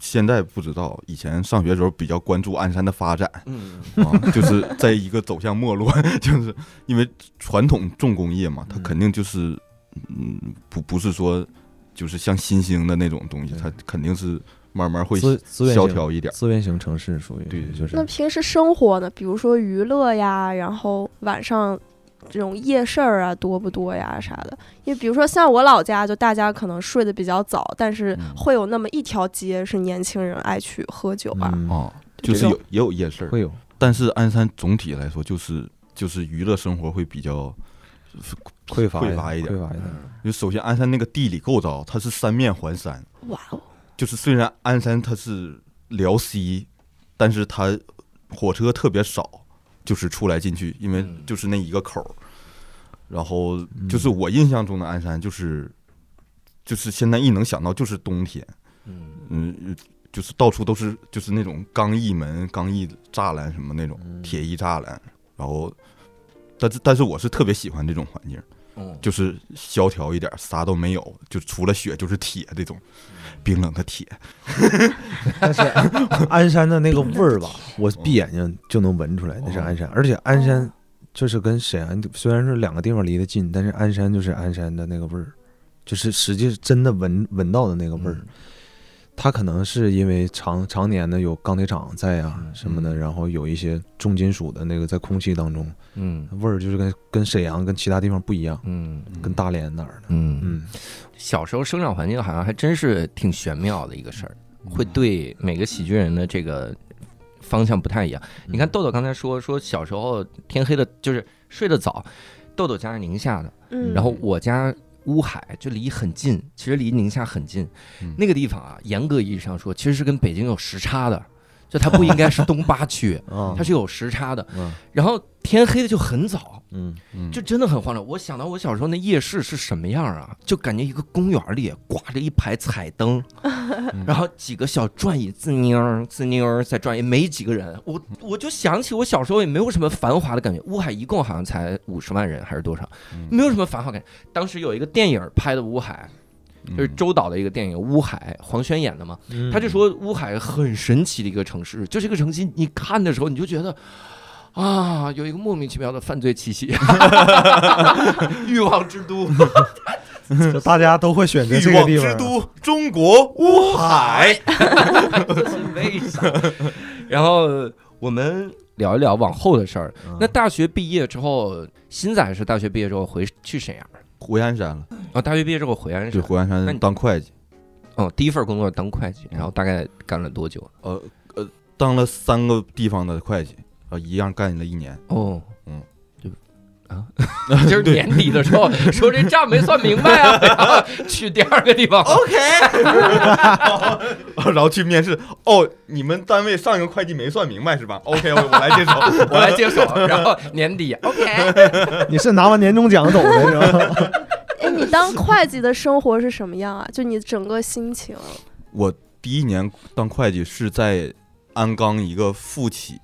S4: 现在不知道，以前上学的时候比较关注鞍山的发
S5: <laughs>
S4: 展，
S1: 嗯，
S4: 啊，就是在一个走向没落， <laughs> 就是因为传统重工业嘛，它
S5: 嗯
S4: 肯定就是，嗯，不不是说就是像新兴的那种东西，
S5: 对
S4: 它肯定是慢慢会
S5: 资资源
S4: 萧
S5: 型
S4: 条一点。
S5: 资源型城市属于
S4: 对对
S5: 就是嗯
S2: 那平时生活呢？比如说娱乐呀，然后晚上这种夜市儿啊，多不多呀啥的？因为比如说像我老家，就大家可能睡得比较早，但是
S4: 嗯
S2: 会有那么一条街是年轻人爱去喝酒啊。
S5: 嗯
S4: 哦，就是有也有夜市儿，
S5: 会有
S4: 但是鞍山总体来说就是就是娱乐生活会比较
S5: 匮乏
S4: 匮乏一点
S5: 匮乏
S1: 嗯
S5: 一点。
S4: 就首先鞍山那个地理构造，它是三面环山，
S5: 嗯
S2: 哇哦，
S4: 就是虽然鞍山它是辽西，但是它火车特别少，就是出来进去，因为
S1: 嗯
S4: 就是那一个口儿。然后就是我印象中的鞍山，就是就是现在一能想到就是冬天，
S1: 嗯
S4: 嗯，就是到处都是就是那种钢艺门、钢艺栅栏什么那种铁艺栅栏，然后。但是但是我是特别喜欢这种环境，
S1: 嗯，
S4: 就是萧条一点，啥都没有，就除了雪就是铁这种冰冷的铁。
S5: 但是鞍山的那个味 <laughs> 儿吧，我闭眼睛就能闻出来，那是鞍山。而且鞍山就是跟沈阳虽然说两个地方离得近，但是鞍山就是鞍山的那个味儿，就是实际真的闻闻到的那个味儿。
S1: 嗯
S5: 它可能是因为常常年的有钢铁厂在呀、
S1: 嗯
S5: 什么的，然后有一些重金属的那个在空气当中，
S1: 嗯
S5: 味儿就是跟跟沈阳跟其他地方不一样，
S1: 嗯
S5: 跟大连哪儿的，
S1: 嗯
S5: 嗯，，
S1: 小时候生长环境好像还真是挺玄妙的一个事儿，
S4: 嗯
S1: 会对每个喜剧人的这个方向不太一样。你看豆豆刚才说说小时候天黑的，就是睡得早，豆豆家是宁夏的，
S2: 嗯，
S1: 然后我家乌海就离很近，其实离宁夏很近
S4: 嗯，
S1: 那个地方啊，严格意义上说其实是跟北京有时差的，就它不应该是东八区
S5: 啊
S1: 它，是有时差的。
S5: 嗯
S1: 然后天黑的就很早，
S5: 嗯，
S4: 嗯
S1: 就真的很慌张。我想到我小时候那夜市是什么样啊？就感觉一个公园里挂着一排彩灯，
S4: 嗯
S1: 然后几个小转椅滋妞儿滋妞儿在转，也没几个人。我我就想起我小时候也没有什么繁华的感觉。乌海一共好像才五十万人还是多少，没有什么繁华感觉。当时有一个电影拍的乌海，
S4: 嗯
S1: 就是周导的一个电影《乌海》，黄轩演的嘛。
S5: 嗯
S1: 他就说乌海很神奇的一个城市，就这个城市，你看的时候你就觉得。啊，有一个莫名其妙的犯罪气息， <laughs> 欲望之都，
S5: 就大家都会选择这
S4: 欲
S5: 个
S4: 望
S5: 地方
S4: 之都中国乌海。
S1: 这是为啥？然后我们聊一聊往后的事儿。
S5: 嗯
S1: 那大学毕业之后，新仔是大学毕业之后回去沈阳，
S4: 回鞍山了，
S1: 哦，大学毕业之后回鞍
S4: 对，
S1: 山，
S4: 回鞍
S1: 那
S4: 山
S1: 你
S4: 当会计，
S1: 哦，第一份工作当会计，
S4: 嗯
S1: 然后大概干了多久？
S4: 呃呃，当了三个地方的会计，啊，一样干了一年。
S1: 哦，
S4: 嗯，
S1: 就啊， <laughs> 就是年底的时候说这账没算明白啊，然后去第二个地方。
S4: <laughs> 然后去面试，哦，你们单位上一个会计没算明白是吧？OK，我我来 <laughs> 接手，
S1: 我来接手，然后年底 <laughs> 啊 OK，
S5: 你是拿完年终奖走的是吧？
S2: 哎，你当会计的生活是什么样啊？就你整个心情，
S4: 我第一年当会计是在鞍钢一个副企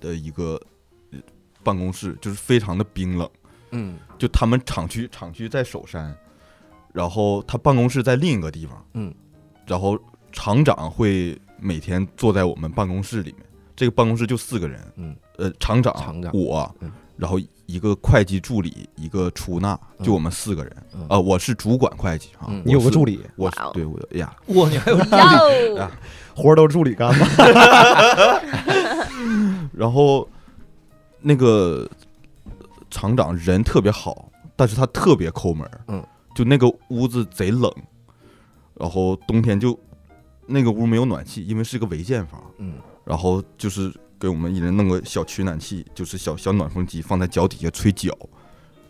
S4: 的一个呃办公室，就是非常的冰冷。
S1: 嗯
S4: 就他们厂区厂区在首山，然后他办公室在另一个地方，
S1: 嗯，
S4: 然后厂长会每天坐在我们办公室里面，这个办公室就四个人，
S1: 嗯，
S4: 呃，厂长、
S1: 厂长
S4: 我
S1: 嗯，
S4: 然后一个会计助理，一个出纳，
S1: 嗯
S4: 就我们四个人，
S1: 嗯
S4: 啊，我是主管会计啊
S1: 嗯，
S4: 我
S5: 你有个
S4: 是
S5: 助，理，
S4: 我是
S2: 哇哦
S4: 对我哎呀，
S1: 哇，你还有
S2: 哟
S4: 啊，
S5: 活儿都是助理干吧？
S4: 然后那个厂长人特别好，但是他特别抠门儿
S1: 嗯，
S4: 就那个屋子贼冷，然后冬天就那个屋没有暖气，因为是个违建房，
S1: <laughs> 嗯
S4: 然后就是给我们一人弄个小取暖器，就是小小暖风机放在脚底下吹脚，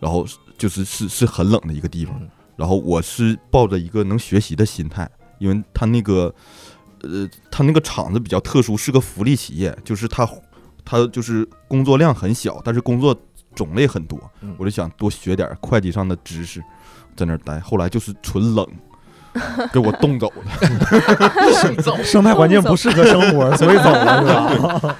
S4: 然后是就是是是很冷的一个地方
S1: 嗯。
S4: 然后我是抱着一个能学习的心态，因为他那个呃，他那个厂子比较特殊，是个福利企业，就是他他就是工作量很小，但是工作种类很多
S1: 嗯，
S4: 我就想多学点会计上的知识，在那儿待。后来就是纯
S1: <laughs>
S4: 冷，给我冻走了。
S1: 走，
S5: 生态环境不适合生活，所以走了是吧？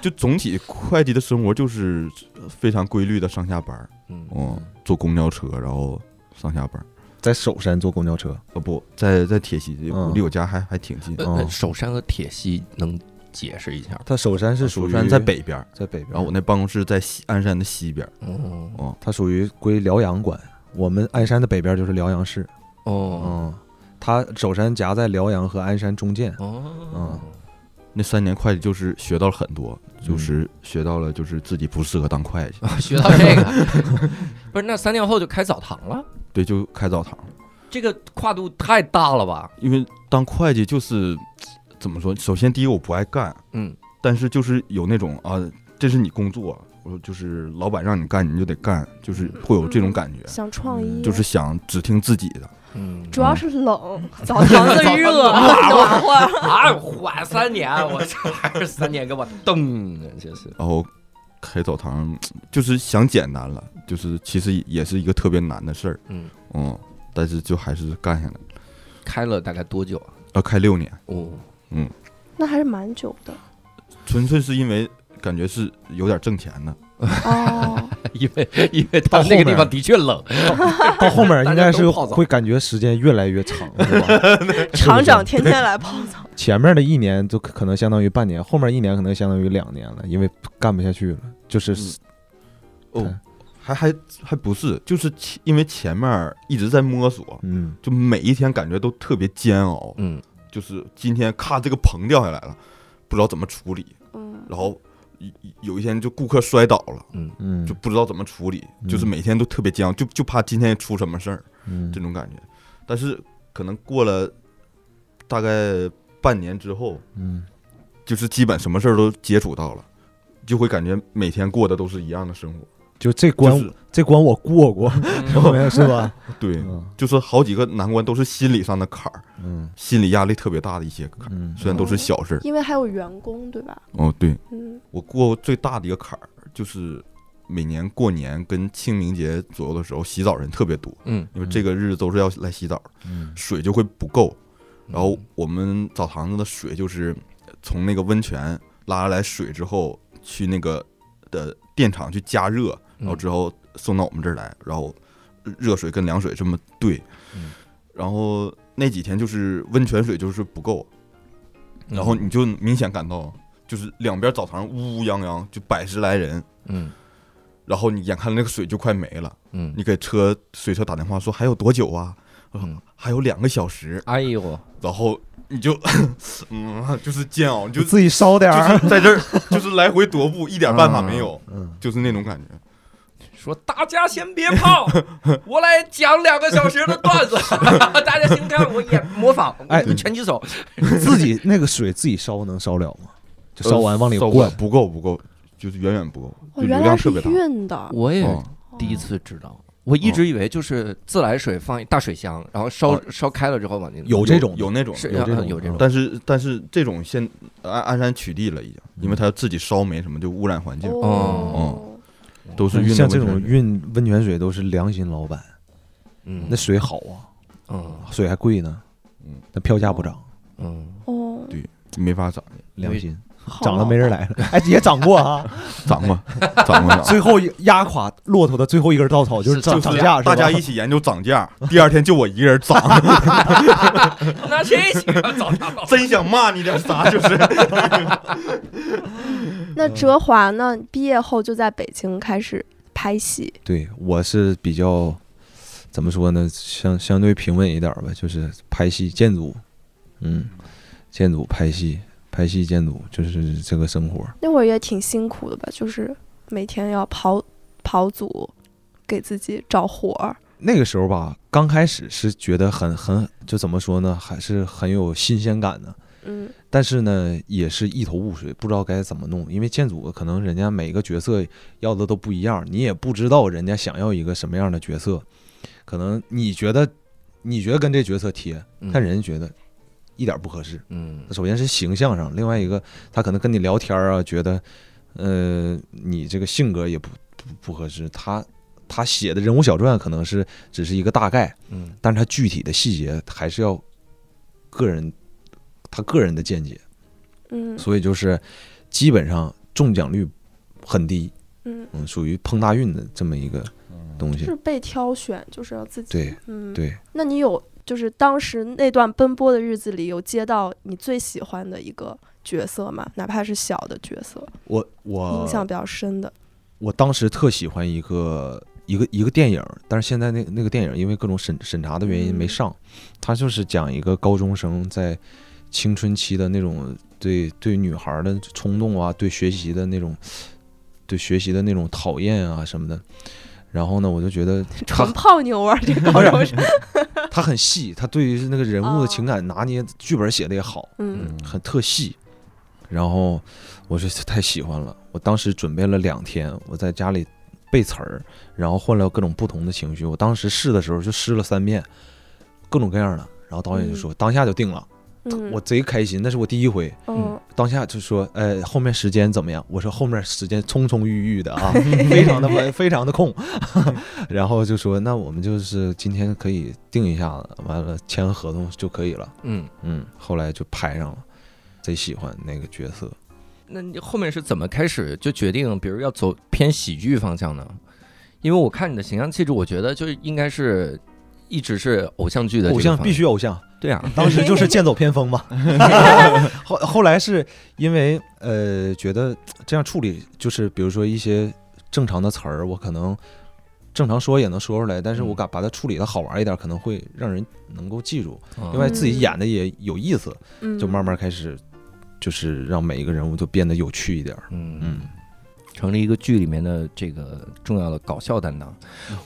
S4: 就总体会计的生活就是非常规律的上下班儿，
S1: 嗯
S4: 嗯，坐公交车，然后上下班儿。
S5: <laughs> 在首山坐公交车，
S4: 呃，不在在铁西，
S5: 嗯
S4: 离我家还还挺近。
S1: 呃那首山和铁西能解释一下？
S5: 它首山是属
S4: 蜀
S5: 于
S4: 山在，北边儿，
S5: 在北边。
S4: 然后我那办公室在西鞍山的西边儿。
S1: 哦
S4: 哦，
S5: 它属于归辽阳管，我们鞍山的北边就是辽阳市。
S1: 哦，
S5: 嗯，他首山夹在辽阳和鞍山中间，
S1: 哦
S5: 嗯，
S4: 那三年会计就是学到了很多，
S5: 嗯
S4: 就是学到了就是自己不适合当会
S5: <laughs>
S4: 计，
S1: 啊学到这个， <laughs> 不是那三年后就开澡堂了，
S4: 对，就开澡堂。
S1: 这个跨度太大了吧？
S4: 因为当会计就是怎么说？首先第一，我不爱干，
S1: 嗯，
S4: 但是就是有那种啊，这是你工作，我说就是老板让你干你就得干，就是会有这种感觉，
S2: 想创
S5: 嗯
S2: 意，
S4: 就是想只听自己的。
S1: 嗯， <laughs>
S2: 主要是冷，澡堂子热 <laughs>
S1: <laughs>
S2: 暖和。
S1: 啊，缓三年，啊我这还是三年给 <laughs> 我瞪的，真是。
S4: 然后开澡堂就是想简单了，就是其实也是一个特别难的事儿，
S1: 嗯，
S4: 嗯，但是就还是干下来了。
S1: 开了大概多久啊？
S4: 要开六年，
S1: 哦，
S2: 那还是蛮久的
S4: 纯粹是因为感觉是有点挣钱的。
S2: 哦，
S1: <laughs> 因为因为他
S5: 到后
S1: 那个地
S5: 面
S1: 方的确冷，
S5: 到后面应
S1: 大
S5: 该
S1: 家
S5: 是
S1: 都泡澡
S5: 会感觉时间越来越长，是吧？
S2: 厂长天天来泡澡，
S5: 前面的一年就可可能相当于半年，后面一年可能相当于两年了，因为干不下去了，就是
S4: 嗯
S5: 对
S4: 哦，还还还不是，就是前因为前面儿一直在摸索，
S5: 嗯，
S4: 就每一天感觉都特别煎熬，
S1: 嗯，
S4: 就是今天咔这个棚掉下来了，不知道怎么处理，
S2: <laughs> 嗯，
S4: 然后有有一天就顾客摔倒了，
S5: 嗯
S4: 就不知道怎么处理，
S5: 嗯
S4: 就是每天都特别煎熬，就就怕今天出什么事儿
S5: 嗯
S4: 这种感觉。但是可能过了大概半年之后，
S5: 嗯
S4: 就是基本什么事儿都接触到了，就会感觉每天过的都是一样的生活，
S5: 就这关、
S4: 就是
S5: 这关我过过，后面是吧？
S4: 对，
S5: 嗯
S4: 就是好几个难关都是心理上的坎儿，
S5: 嗯
S4: 心理压力特别大的一些坎儿，
S5: 嗯，
S4: 虽然都是小事儿。
S2: 因为还有员工对吧？
S4: 哦，对
S2: 嗯，
S4: 我过最大的一个坎儿就是每年过年跟清明节左右的时候，洗澡人特别多，
S1: 嗯，
S4: 因为这个日子都是要来洗澡的，
S5: 嗯
S4: 水就会不够。
S1: 嗯
S4: 然后我们澡堂子的水就是从那个温泉拉来水之后，去那个的电厂去加热，
S1: 嗯
S4: 然后之后送到我们这儿来，然后热水跟凉水这么兑
S1: 嗯。
S4: 然后那几天就是温泉水就是不够，然
S1: 嗯
S4: 后你就明显感到就是两边澡堂乌乌泱泱就百十来人，
S1: 嗯
S4: 然后你眼看那个水就快没了，
S1: 嗯，
S4: 你给车水车打电话说还有多久啊？
S1: 嗯
S4: 还有两个小时，
S1: 哎呦，
S4: 然后你就， <laughs> 嗯，就是煎熬， <laughs> 你就
S5: 自己烧点儿，
S4: 就是在这儿， <laughs> 就是来回踱
S5: <laughs>
S4: 步，一点办法没有，
S5: 嗯，
S4: 就是那种感觉。
S1: 说大家先别
S5: <laughs>
S1: 泡，我来讲两个小时的段子，大家先看我演模仿，
S5: 哎
S1: 我拳击手，
S5: 自己那个水自己烧能烧了吗？就烧完往里
S4: 呃
S5: 灌，
S4: 不够不够，就是远远不够，
S2: 哦，
S4: 就流
S2: 原来
S4: 量
S2: 是
S4: 特别大。
S2: 运的，
S1: 我也
S5: 嗯
S4: 哦
S1: 第一次知道。我一直以为就是自来水放一大水箱，然后烧
S4: 哦
S1: 烧开了之后往进
S5: 有这种
S4: 有那种，
S1: 是
S4: 有
S1: 啊
S4: 这
S1: 有这种
S4: 但是但是这种现鞍鞍山取缔了已经，因
S5: 嗯
S4: 为它自己烧煤什么就污染环境，
S2: 哦，
S4: 都是运的
S5: 像这种
S4: 问题
S5: 运温泉水都是良心老板，
S1: 嗯
S5: 那水好啊，
S1: 嗯
S5: 水还贵呢，
S4: 嗯，
S5: 那票价不涨，
S1: 嗯，
S2: 哦，
S4: 没法涨，
S5: 良心
S2: 好
S5: 涨了没人来了，哎，也涨过啊，
S4: 涨 <laughs> 吧，涨吧，涨。
S5: 最后压垮骆驼的最后一根稻草就是
S1: 是
S5: 涨
S4: 就
S5: 涨
S4: 是
S5: 价，是
S4: 大
S5: 吧
S4: 家一起研究涨价， <laughs> 第二天就我一个人涨，
S1: 那谁喜欢早茶老
S4: 真想骂你点啥，就是
S2: 那哲华呢？毕业后就在北京开始拍戏，
S5: <laughs> 对，我是比较怎么说呢，相相对平稳一点儿吧，就是拍戏、建筑，嗯，建筑拍戏、拍戏建筑，就是这个生活。
S2: 那会儿也挺辛苦的吧？就是每天要跑跑组，给自己找活儿。
S5: 那个时候吧，刚开始是觉得很很，就怎么说呢，还是很有新鲜感的。
S2: 嗯，
S5: 但是呢，也是一头雾水，不知道该怎么弄。因为建组可能人家每个角色要的都不一样，你也不知道人家想要一个什么样的角色。可能你觉得你觉得跟这角色贴，但人家觉得一点不合适。
S1: 嗯
S5: 首先是形象上，另外一个他可能跟你聊天啊，觉得呃你这个性格也不不不合适。他他写的人物小传可能是只是一个大概，
S1: 嗯
S5: 但是他具体的细节还是要个人他个人的见解，
S2: 嗯
S5: 所以就是基本上中奖率很低，
S2: 嗯，
S5: 嗯，属于碰大运的这么一个东西
S2: 是。被挑选，就是要自己。
S5: 对，
S2: 嗯，
S5: 对，
S2: 那你有就是当时那段奔波的日子里，有接到你最喜欢的一个角色吗？哪怕是小的角色，
S5: 我
S2: 印象
S5: 我 <laughs>
S2: 比较深的。
S5: 我当时特喜欢一个一个一个电影，但是现在那那个电影因为各种审审查的原因没
S2: 嗯
S5: 上，它就是讲一个高中生在青春期的那种对对女孩儿的冲动啊，对学习的那种对学习的那种讨厌啊什么的。然后呢，我就觉得他
S2: 纯泡妞啊，这个
S5: 当 <laughs> 然他很细，他对于那个人物的
S2: 哦
S5: 情感拿捏，剧本写的也好，
S2: 嗯
S5: 很特细。然后我就太喜欢了，我当时准备了两天，我在家里背词儿，然后换了各种不同的情绪。我当时试的时候就试了三遍，各种各样的。然后导演就说、当下就定了，
S2: 嗯，
S5: 我贼开心，那是我第一回。
S2: 嗯
S5: 当下就说，呃，后面时间怎么样？我说后面时间葱葱郁郁的啊，非常的非常的空。 <laughs> 然后就说，那我们就是今天可以定一下子，完了签合同就可以了。
S1: 嗯，
S5: 嗯，后来就拍上了，贼喜欢那个角色。
S1: 那你后面是怎么开始就决定，比如要走偏喜剧方向呢？因为我看你的形象气质，我觉得就应该是一直是偶像剧的这
S5: 偶
S1: 个
S5: 像
S1: 方
S5: 必须偶像，
S1: 对 <laughs> 啊，
S5: 当时就是剑走偏
S1: <laughs>
S5: 锋嘛。后后来是因为呃，觉得这样处理，就是比如说一些正常的词儿，我可能正常说也能说出来，
S1: 嗯
S5: 但是我敢把它处理的好玩一点，可能会让人能够记住。
S1: 嗯
S5: 另外，自己演的也有意思，
S2: 嗯，
S5: 就慢慢开始，就是让每一个人物都变得有趣一点。
S1: 嗯嗯
S5: 嗯，
S1: 成了一个剧里面的这个重要的搞笑担当。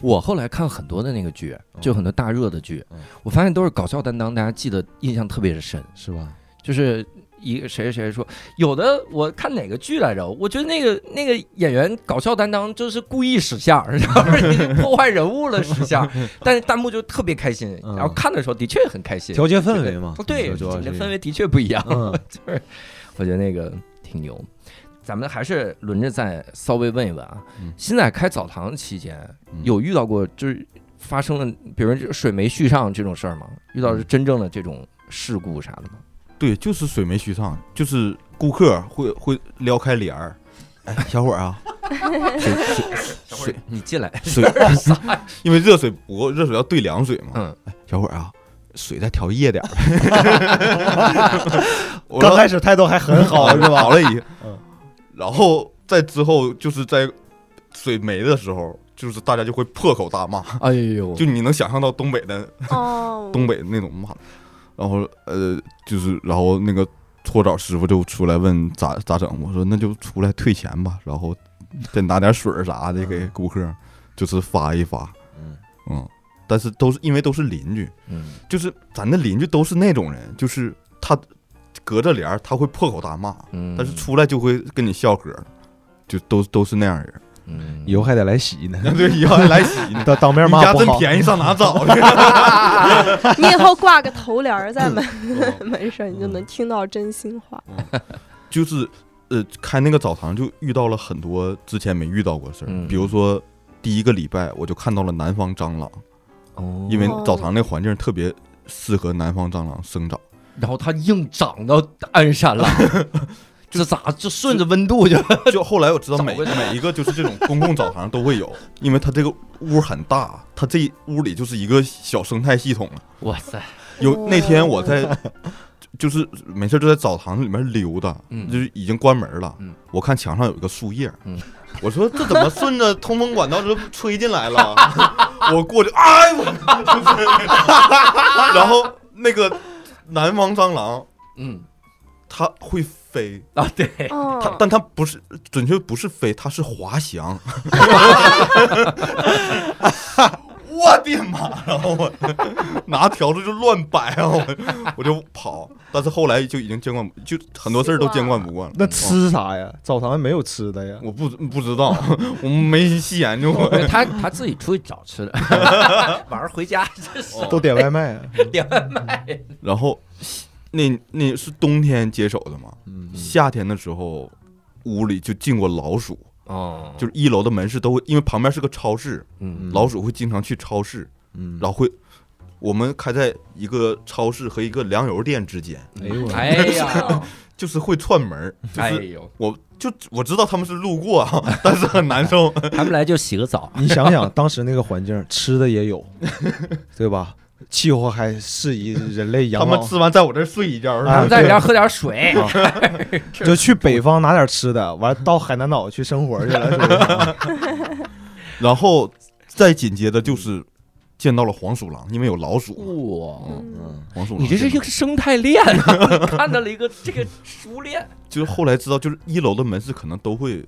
S1: 我后来看很多的那个剧，就很多大热的剧
S5: 嗯，
S1: 我发现都是搞笑担当，大家记得印象特别深。
S5: 是吧？
S1: 就是一个谁谁说，有的我看哪个剧来着，我觉得那个那个演员搞笑担当就是故意使相，然后已经 <laughs> 破坏人物了使相，
S5: <laughs>
S1: 但是弹幕就特别开心，
S5: 嗯
S1: 然后看的时候的确很开心，
S5: 调节氛围嘛
S1: 不，对，
S5: 主
S1: 这
S5: 要是
S1: 氛围的确不一样，
S5: 嗯
S1: 就是我觉得那个挺牛。咱们还是轮着再稍微问一问啊
S4: 嗯，
S1: 现在开澡堂期间
S4: 嗯
S1: 有遇到过就是发生了，比如这水没续上这种事儿吗？遇到是真正的这种事故啥的吗？
S4: <laughs> 对，就是水没续上，就是顾客会会撩开帘儿。哎，小伙儿 <laughs> 啊，水水水
S1: 你进来，
S4: 水，因为热水不够，热水要兑凉水嘛。
S1: 嗯，
S4: 小伙儿啊，水再调热点 <laughs> 儿呗。我
S3: 刚
S4: 让
S3: 开始态度还很好，
S4: 是吧？好了一，
S3: 嗯
S4: 然后在之后就是在水没的时候，就是大家就会破口大骂，
S1: 哎呦，
S4: 就你能想象到东北的
S2: 哦，
S4: 东北的那种骂，然后呃，就是然后那个搓澡师傅就出来问咋咋整，我说那就出来退钱吧，然后再拿点水儿啥的给顾客，就是发一发，
S5: 嗯
S4: 嗯，但是都是因为都是邻居，
S1: 嗯
S4: 就是咱的邻居都是那种人，就是他隔着帘儿他会破口大骂，
S1: 嗯，
S4: 但是出来就会跟你笑呵，就都都是那样
S5: <laughs>
S4: 人，
S1: 嗯
S5: 以后还得来
S1: <laughs>
S5: 洗呢。
S4: 对，以后还来
S5: <laughs>
S4: 洗呢。
S5: 当当面
S4: 你
S5: 骂
S4: 家
S5: 不
S4: 真
S5: 好，
S4: 便宜，上哪找
S5: <laughs>
S4: 去？ <laughs>
S2: 你以后挂个头帘儿在门 <laughs>
S5: 嗯
S2: 门上，你就能听到真心话。
S4: 就是呃，开那个澡堂就遇到了很多之前没遇到过的事儿，
S1: 嗯
S4: 比如说第一个礼拜我就看到了南方蟑螂，
S1: 哦
S4: 因为
S2: 哦
S4: 澡堂那环境特别适合南方蟑螂生
S1: <laughs>
S4: 长，
S1: 然后它硬长到鞍山了，这咋就顺着温度就
S4: 就后来我知道每
S1: 找个
S4: 每一个就是这种公共澡堂都会有，因为它这个屋很大，它这一屋里就是一个小生态系统了。
S1: 哇塞，
S4: 有那天我在 <laughs> 就是没事就在澡堂里面溜达，
S1: 嗯
S4: 就是已经关门了。
S1: 嗯
S4: 我看墙上有一个树叶，
S1: 嗯
S4: 我说这怎么
S1: <laughs>
S4: 顺着通风管道这吹进来了？我过去，哎我， <laughs> 然后那个南方蟑螂
S1: 嗯
S4: 它会飞，
S1: 啊对，
S5: 哎
S4: 它
S2: 哦，
S4: 但它不是准确不是飞，它是滑翔。 <laughs> 我的妈！然后我拿条子就乱摆啊，我我就跑，但是后来就已经见惯不，就很多事儿都见惯不惯了。
S3: 那
S4: 嗯、
S3: 吃啥呀？澡堂没有吃的呀。
S4: 我不不知道， <laughs> 我没细研究过。 <laughs>
S1: 他他自己出去找吃的，晚上回家 <laughs> 这是
S3: 都点外卖啊，
S1: 点外卖，
S4: 然后那那是冬天接手的嘛，
S5: 嗯
S4: 夏天的时候屋里就进过老鼠，
S1: 哦
S4: 就是一楼的门市都会，因为旁边是个超市，
S1: 嗯
S4: 老鼠会经常去超市。
S5: 嗯，
S4: 然后会，我们开在一个超市和一个粮油店之间，
S5: 哎呦我
S1: 哎呀，
S4: 就是会串门儿，就
S1: 哎
S4: 是
S1: 呦，
S4: 我就我知道他们是路过啊，但是很难受。
S1: 他们来就洗个 <laughs> 澡，
S5: 你想想，当时那个环境，吃的也有，对吧？气候还适宜人类
S4: <laughs> 他
S5: 养
S4: 们
S5: 老，
S4: 吃完在我这儿睡一觉，
S1: 他
S5: 啊
S1: 们在里边喝点水，
S5: 就去北方拿点吃的，完了到海南岛去生活去了，是吧？
S4: <laughs> 然后再紧接着就是见到了黄鼠狼，因为有老鼠嘛，
S1: 哇，
S2: 嗯，
S4: 黄鼠狼。
S1: 你这是一个生态链啊！ <laughs> 我看到了一个这个食物链，
S4: 就是后来知道，就是一楼的门市可能都会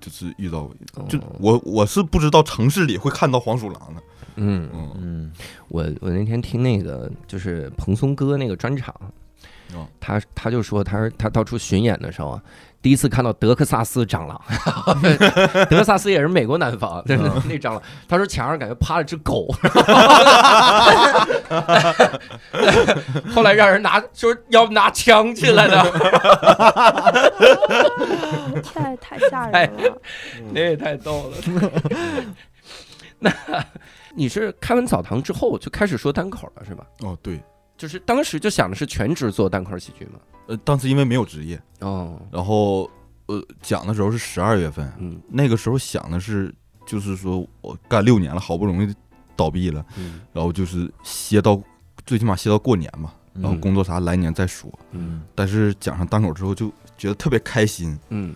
S4: 就是遇
S1: 哦
S4: 到，就我我是不知道城市里会看到黄鼠狼的，
S1: 嗯，
S4: 嗯，
S5: 嗯，
S1: 我我那天听那个就是蓬松哥那个专场
S4: 哦，
S1: 他他就说，他说他到处巡演的时候啊，第一次看到德克萨斯蟑螂， <laughs> 德克萨斯也是美国南方，对对，那蟑螂，他说墙上感觉趴了只狗， <laughs> 后来让人拿说要拿枪进来的，
S2: 太太吓人了。
S1: <laughs> 那也哎太逗了。 <laughs> 那你是开完澡堂之后就开始说单口了是吧？
S4: 哦对，
S1: 就是当时就想的是全职做单口喜剧嘛。
S4: 呃，当时因为没有职业，
S1: 哦，
S4: 然后呃讲的时候是十二月份，
S1: 嗯
S4: 那个时候想的是，就是说我干六年了，好不容易倒闭了，
S1: 嗯
S4: 然后就是歇到最起码歇到过年嘛，然后工作啥来年再说。
S1: 嗯
S4: 但是讲上单口之后就觉得特别开心，
S1: 嗯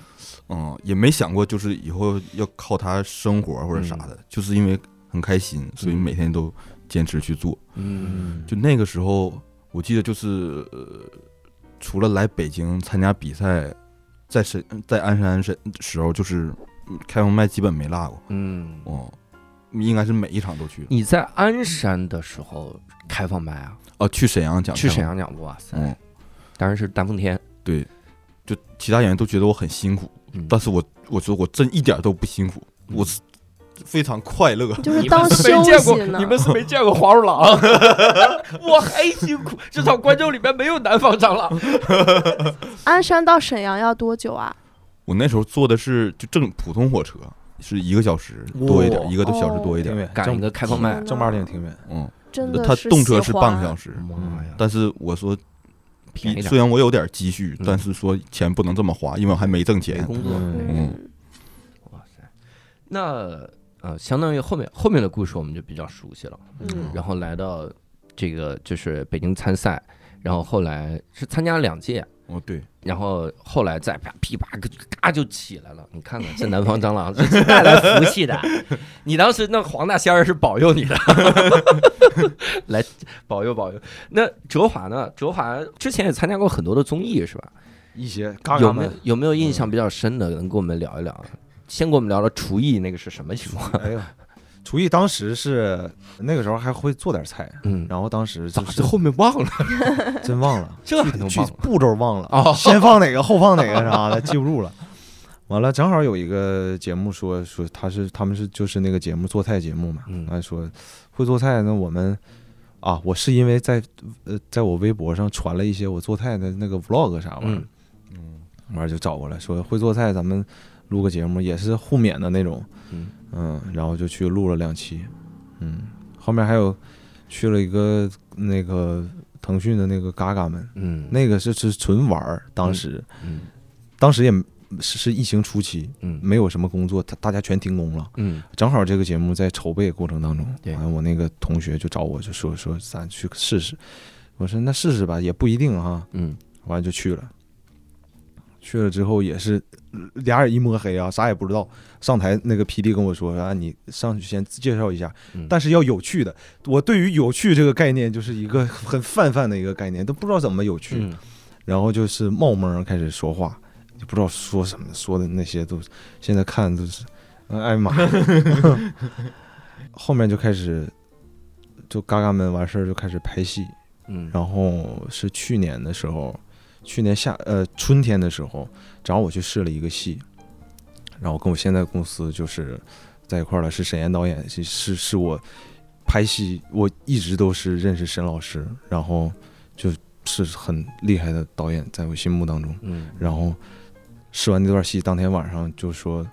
S4: 嗯，也没想过就是以后要靠它生活或者啥的，就是因为很开心，所以
S1: 嗯
S4: 每天都坚持去做。
S1: 嗯
S4: 就那个时候，我记得就是、呃、除了来北京参加比赛，在沈在鞍山沈时候，就是嗯开放麦基本没落过，
S1: 嗯，
S4: 哦、应该是每一场都去了。
S1: 你在鞍山的时候开放麦啊？
S4: 哦、去沈阳讲，
S1: 去沈，阳讲，哇塞，
S4: 嗯，
S1: 当然是丹凤天。
S4: 对，就其他演员都觉得我很辛苦，
S1: 嗯
S4: 但是我我说我真一点都不辛苦，我是非常快乐。
S2: 就是当休息呢，
S1: 是没见过黄鼠狼， <laughs> 我还辛苦，至少观众里面没有南方蟑螂。
S2: 鞍山到沈阳要多久啊？
S4: 我那时候坐的是就正普通火车，是一个小时多一点，
S5: 哇
S4: 一个多小时多一点
S5: 挺。远，
S1: 赶一
S5: 正
S1: 个开放麦，
S5: 正八经挺远，
S4: 嗯，
S2: 真的
S4: 他
S2: 是啊
S4: 动车是
S2: 喜欢
S4: 半个小时。
S1: 妈呀，
S4: 但是我说，
S1: 便宜点
S4: 虽然我有点积蓄，
S1: 嗯
S4: 但是说钱不能这么花，因为我还没挣
S1: 没
S4: 钱。
S1: 工作。
S5: 嗯
S2: 嗯，
S1: 哇塞，那呃，相当于后面后面的故事我们就比较熟悉了。
S2: 嗯
S1: 然后来到这个就是北京参赛，然后后来是参加了两届，
S4: 哦，对，
S1: 然后后来再啪噼啪嘎就起来了。你看看这南方蟑螂是带来福气的，你当时那黄大仙儿是保佑你的，来保佑保佑。那哲华呢？哲华之前也参加过很多的综艺是吧？
S5: 一些嘎嘎
S1: 有没有
S5: 们，
S1: 有没有印
S5: 嗯
S1: 象比较深的，能跟我们聊一聊？先跟我们聊聊厨艺那个是什么情
S5: <laughs>
S1: 况？
S5: 哎呀，厨艺当时是那个时候还会做点菜，
S1: 嗯，
S5: 然后当时
S1: 咋
S5: 就
S1: 这
S5: 是
S1: 后面忘了？
S5: 真忘了。
S1: 这还能
S5: 具
S1: 忘
S5: 体
S1: 了？
S5: 步骤忘了，
S1: 哦
S5: <laughs> 先放哪个后放哪个啥的，记不住了。完了，正好有一个节目说说他是他们是就是那个节目做菜节目嘛，
S1: 嗯
S5: 他说会做菜，那我们啊，我是因为在呃在我微博上传了一些我做菜的那个 vlog 啥玩意儿
S1: 嗯，
S4: 嗯，
S5: 完了就找过来说会做菜，咱们录个节目也是互勉的那种，
S1: 嗯
S5: 然后就去录了两期，嗯，后面还有去了一个那个腾讯的那个嘎嘎们，
S1: 嗯，
S5: 那个是是纯玩儿，当时、
S1: 嗯
S5: 当时也是是疫情初期，
S1: 嗯
S5: 没有什么工作，他大家全停工了。
S1: 嗯
S5: 正好这个节目在筹备过程当中，
S1: 对
S5: 完了我那个同学就找我就说说咱去试试，我说那试试吧，也不一定哈。
S1: 嗯
S5: 完了就去了，去了之后也是呃俩眼一摸黑啊，啥也不知道。上台那个霹雳跟我说啊，你上去先介绍一下，
S1: 嗯，
S5: 但是要有趣的。我对于有趣这个概念就是一个很泛泛的一个概念，都不知道怎么有趣。
S1: 嗯
S5: 然后就是冒蒙儿开始说话，也不知道说什么，说的那些都现在看都是，嗯哎呀妈呀，后面就开始就嘎嘎们完事儿就开始拍戏，
S1: 嗯，
S5: 然后是去年的时候，去年夏呃春天的时候找我去试了一个戏，然后跟我现在公司就是在一块儿了，是沈岩导演，是是是我拍戏我一直都是认识沈老师，然后就是很厉害的导演，在我心目当中。
S1: 嗯
S5: 然后试完那段戏，当天晚上就说，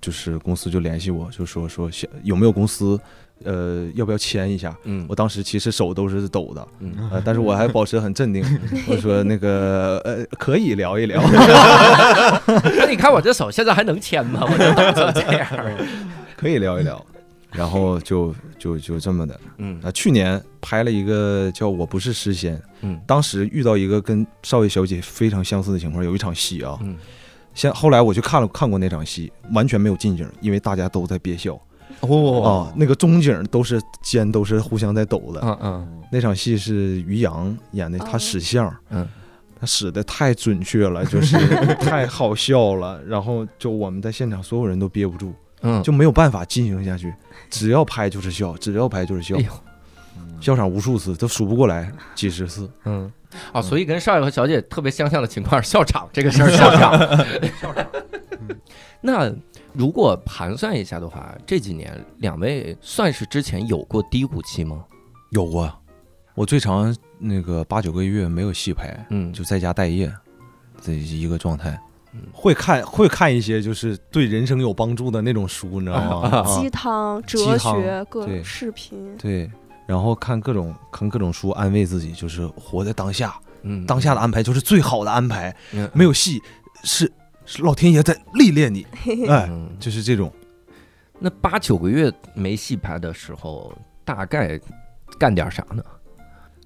S5: 就是公司就联系我，就说说想有没有公司，呃，要不要签一下？
S1: 嗯
S5: 我当时其实手都是抖的， <laughs>
S1: 嗯
S5: 呃，但是我还保持很镇定。我说那个呃，可以聊一聊。
S1: 那你看我这手现在还能牵吗？我这抖成这
S5: <laughs>
S1: 样。
S5: 可以聊一聊。然后就就就这么的
S1: 嗯
S5: 啊！去年拍了一个叫《我不是诗仙》，
S1: 嗯
S5: 当时遇到一个跟少爷小姐非常相似的情况，有一场戏啊，
S1: 嗯
S5: 先后来我去看了看过那场戏，完全没有进景，因为大家都在憋笑，
S1: 哦，
S5: 啊，那个中景都是肩都是互相在抖的。
S1: 嗯嗯
S5: 那场戏是于洋演的，他
S2: 哦
S5: 使相，
S1: 嗯，
S5: 他使的太准确了，就是 <laughs> 太好笑了。然后就我们在现场所有人都憋不住，
S1: 嗯，
S5: 就没有办法进行下去，只要拍就是笑，只要拍就是笑
S1: 哎呦，
S5: 笑场无数次都数不过来，几十次。
S1: 嗯，哦，所以跟少爷和小姐特别相像的情况是笑场这个事
S5: <laughs>
S1: 儿，笑场，笑场。嗯那如果盘算一下的话，这几年两位算是之前有过低谷期吗？
S5: 有过，我最长那个八九个月没有戏拍，
S1: 嗯，
S5: 就在家待业，这一个状态。会看会看一些就是对人生有帮助的那种书，你知道 <laughs> 吗？啊
S2: 鸡汤、
S5: 鸡
S2: 哲
S5: 汤
S2: 学、各
S5: 对
S2: 视频，
S5: 对，然后看各种看各种书安慰自己，就是活在当下，
S1: 嗯
S5: 当下的安排就是最好的安排，
S1: 嗯
S5: 没有戏是是老天爷在历练你，哎，
S1: 嗯
S5: 就是这种。
S1: 那八九个月没戏拍的时候，大概干点啥呢？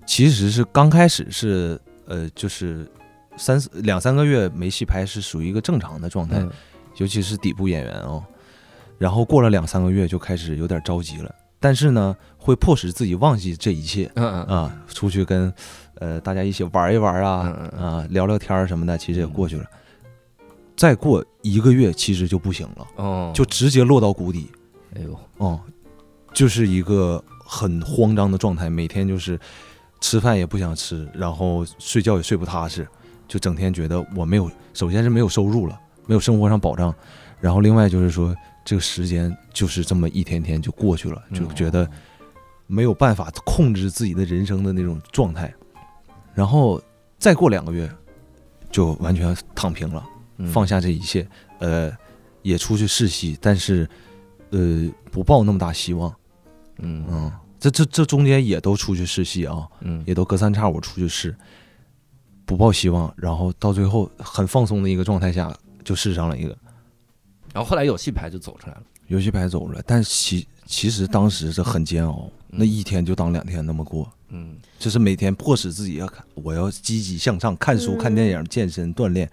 S5: 其实是刚开始是呃，就是三四两三个月没戏拍是属于一个正常的状态，
S1: 嗯
S5: 尤其是底部演员哦。然后过了两三个月就开始有点着急了，但是呢，会迫使自己忘记这一切
S1: 嗯嗯
S5: 啊，出去跟呃大家一起玩一玩啊
S1: 嗯嗯
S5: 啊聊聊天儿什么的，其实也过去了。再过一个月其实就不行了，
S1: 哦，
S5: 就直接落到谷底
S1: 哎呦，
S5: 哦、就是一个很慌张的状态，每天就是吃饭也不想吃，然后睡觉也睡不踏实，就整天觉得我没有，首先是没有收入了，没有生活上保障，然后另外就是说这个时间就是这么一天天就过去了，就觉得没有办法控制自己的人生的那种状态，然后再过两个月就完全躺平了。
S1: 嗯
S5: 放下这一切，呃，也出去试戏，但是呃不抱那么大希望，
S1: 嗯
S5: 嗯，这这这中间也都出去试戏啊，
S1: 嗯
S5: 也都隔三差五出去试，不抱希望，然后到最后很放松的一个状态下就试上了一个
S1: 然后后来有戏拍就走出来了。
S5: 游戏牌走了，但其其实当时是很煎熬，那一天就当两天那么过。
S1: 嗯
S5: 就是每天迫使自己要看，我要积极向上，看
S1: 嗯
S5: 书、看电影、健身、锻炼，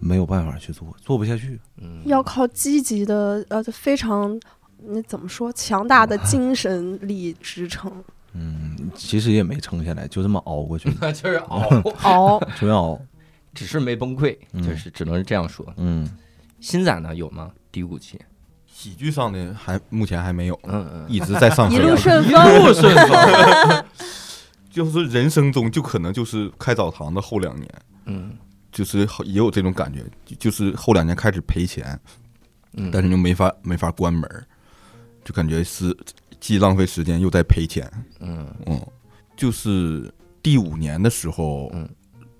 S5: 没有办法去做，做不下去。
S1: 嗯， <laughs>
S2: 要靠积极的呃非常那怎么说强大的精神力支撑
S5: 嗯，其实也没撑下来，就这么熬过去，
S1: 那就是熬， <laughs>
S2: 熬。
S5: 就要熬。
S1: 只是没崩溃，
S5: 嗯
S1: 就是只能是这样说。
S5: 嗯，
S1: 新仔呢有吗？低谷期？
S4: 喜剧上的还目前还没有，
S1: 嗯嗯，
S4: 一直在上
S2: 一
S4: 升，
S2: 路顺
S4: 一 <laughs>
S2: 风，
S4: 路顺风。就是人生中就可能就是开澡堂的后两年，
S1: 嗯
S4: 就是好也有这种感觉，就就是后两年开始赔钱，
S1: 嗯，
S4: 但是又没法没法关门儿，就感觉是既浪费时间又在赔钱。
S1: 嗯
S4: 嗯，就是第五年的时候，
S1: 嗯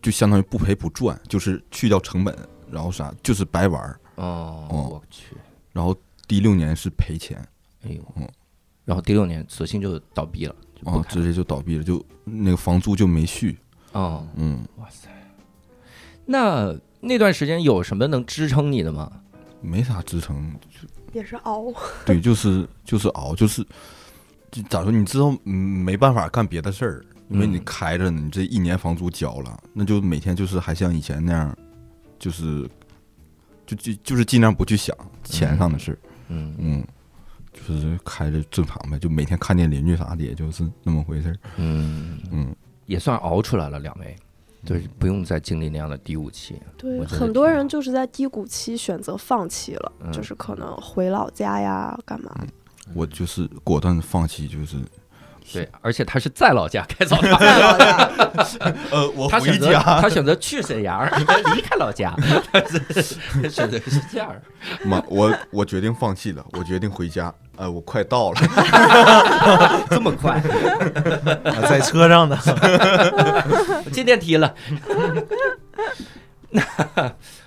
S4: 就相当于不赔不赚，就是去掉成本，然后啥就是白玩儿。
S1: 哦，
S4: 哦
S1: 我去，
S4: 然后第六年是赔钱，
S1: 哎呦
S4: 嗯，
S1: 然后第六年索性就倒闭了，就
S4: 啊
S1: 不，开
S4: 直接就倒闭了，就那个房租就没续。
S1: 哦，
S4: 嗯，
S1: 哇塞，那那段时间有什么能支撑你的吗？
S4: 没啥支撑，
S2: 也是熬。
S4: <laughs> 对，就是就是熬，就是就咋说？你知道，嗯，没办法干别的事儿，因为你
S1: 嗯
S4: 开着呢，你这一年房租交了，那就每天就是还像以前那样，就是就就就是尽量不去想钱上的事儿，
S1: 嗯
S4: 嗯。就是开着正常呗，就每天看见邻居啥的，也就是那么回事儿。
S1: 嗯，
S4: 嗯，
S1: 也算熬出来了，两位。就是不用再经历那样的低谷期，
S2: 对，
S1: 我觉得
S2: 很多
S1: 挺
S2: 人就是在低谷期选择放弃了，
S1: 嗯
S2: 就是可能回老家呀，干嘛？
S4: 我就是果断放弃，就是
S1: 对，而且他是在老家开早堂，
S2: 在老家，
S4: 呃， <laughs> 我
S1: 他选择 <laughs> 他选择去沈阳， <laughs> 离开老
S4: <laughs>
S1: 家，他选择 <laughs> 是这样。
S4: 妈，我我决定放弃了，我决定回家。哎、我快到了，
S1: 这么快，
S5: 啊在车上呢，
S1: 我进电梯了。 <laughs> 那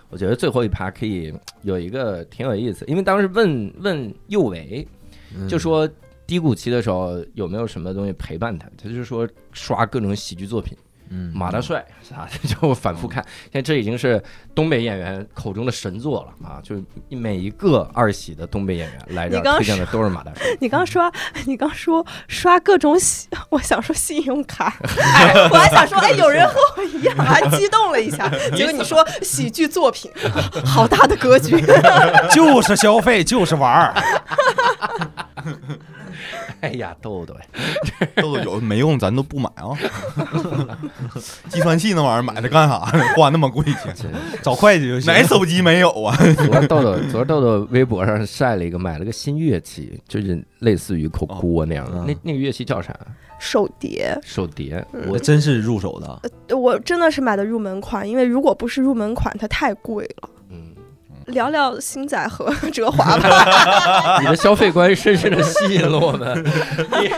S1: 我觉得最后一趴可以有一个挺有意思，因为当时问问右维，
S2: 嗯
S1: 就说低谷期的时候有没有什么东西陪伴他，他就说刷各种喜剧作品，
S5: 嗯
S1: 马大帅啥的，就反复
S2: <laughs>
S1: 看。现在这已经是东北演员口中的神作了啊！就是每一个二喜的东北演员来这儿
S2: 你刚
S1: 推荐的都是马大帅。 <laughs>
S2: 你刚刷，你刚说 <laughs> 刷各种信，我想说信用 <laughs> 卡，哎，我还想说，哎，有人和我一样，我还激动了一 <laughs> 下。结果你说喜剧作品， <laughs> 好大的格局。
S3: <laughs>
S5: 就是消费，就是玩儿。
S1: 哎呀，豆豆呀，
S4: <laughs> 豆豆有没用咱都不买啊。计算器那玩意儿买它干啥呢？花那么贵钱，
S1: 真是
S5: 找会计就行。
S4: 哪手机没有啊？
S1: <laughs> 昨儿豆豆，昨儿豆豆微博上晒了一个，买了个新乐器，就是类似于口锅那样的。
S5: 哦
S1: 那那个乐器叫啥？
S2: 手碟，
S1: 手碟。
S5: 我呃真是入手的，
S2: 我真的是买的入门款，因为如果不是入门款，它太贵了。
S1: 嗯，
S2: 聊聊星仔和 <laughs> 哲华吧，
S1: 你的消费观深深的吸引了我 <laughs> 们。你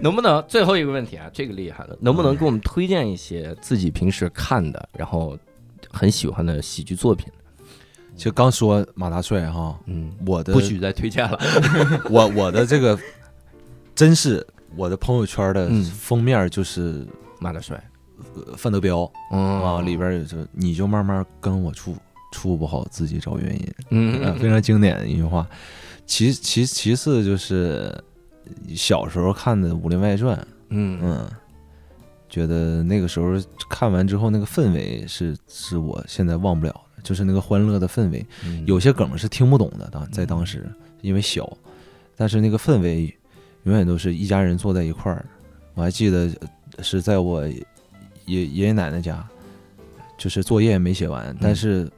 S1: 能不能最后一个问题啊？这个厉害了，能不能给我们推荐一些自己平时看的，然后很喜欢的喜剧作品？
S5: 就刚说马大帅哈，
S1: 嗯，
S5: 我的
S1: 不许再推荐了。
S5: 我我的这个真是我的朋友圈的
S1: 嗯
S5: 封面就是
S1: 马大帅，
S5: 呃范德彪
S1: 嗯
S5: 啊，里，边有这你就慢慢跟我处处不好，自己找原因。呃
S1: 嗯
S5: 非常经典的一句话。其其其次就是小时候看的《武林外传》，
S1: 嗯
S5: 嗯，觉得那个时候看完之后那个氛围是是我现在忘不了的，就是那个欢乐的氛围。
S1: 嗯，
S5: 有些梗是听不懂的，当在当时因为小，但是那个氛围永远都是一家人坐在一块儿。我还记得呃是在我爷爷爷奶奶家，就是作业没写完，但是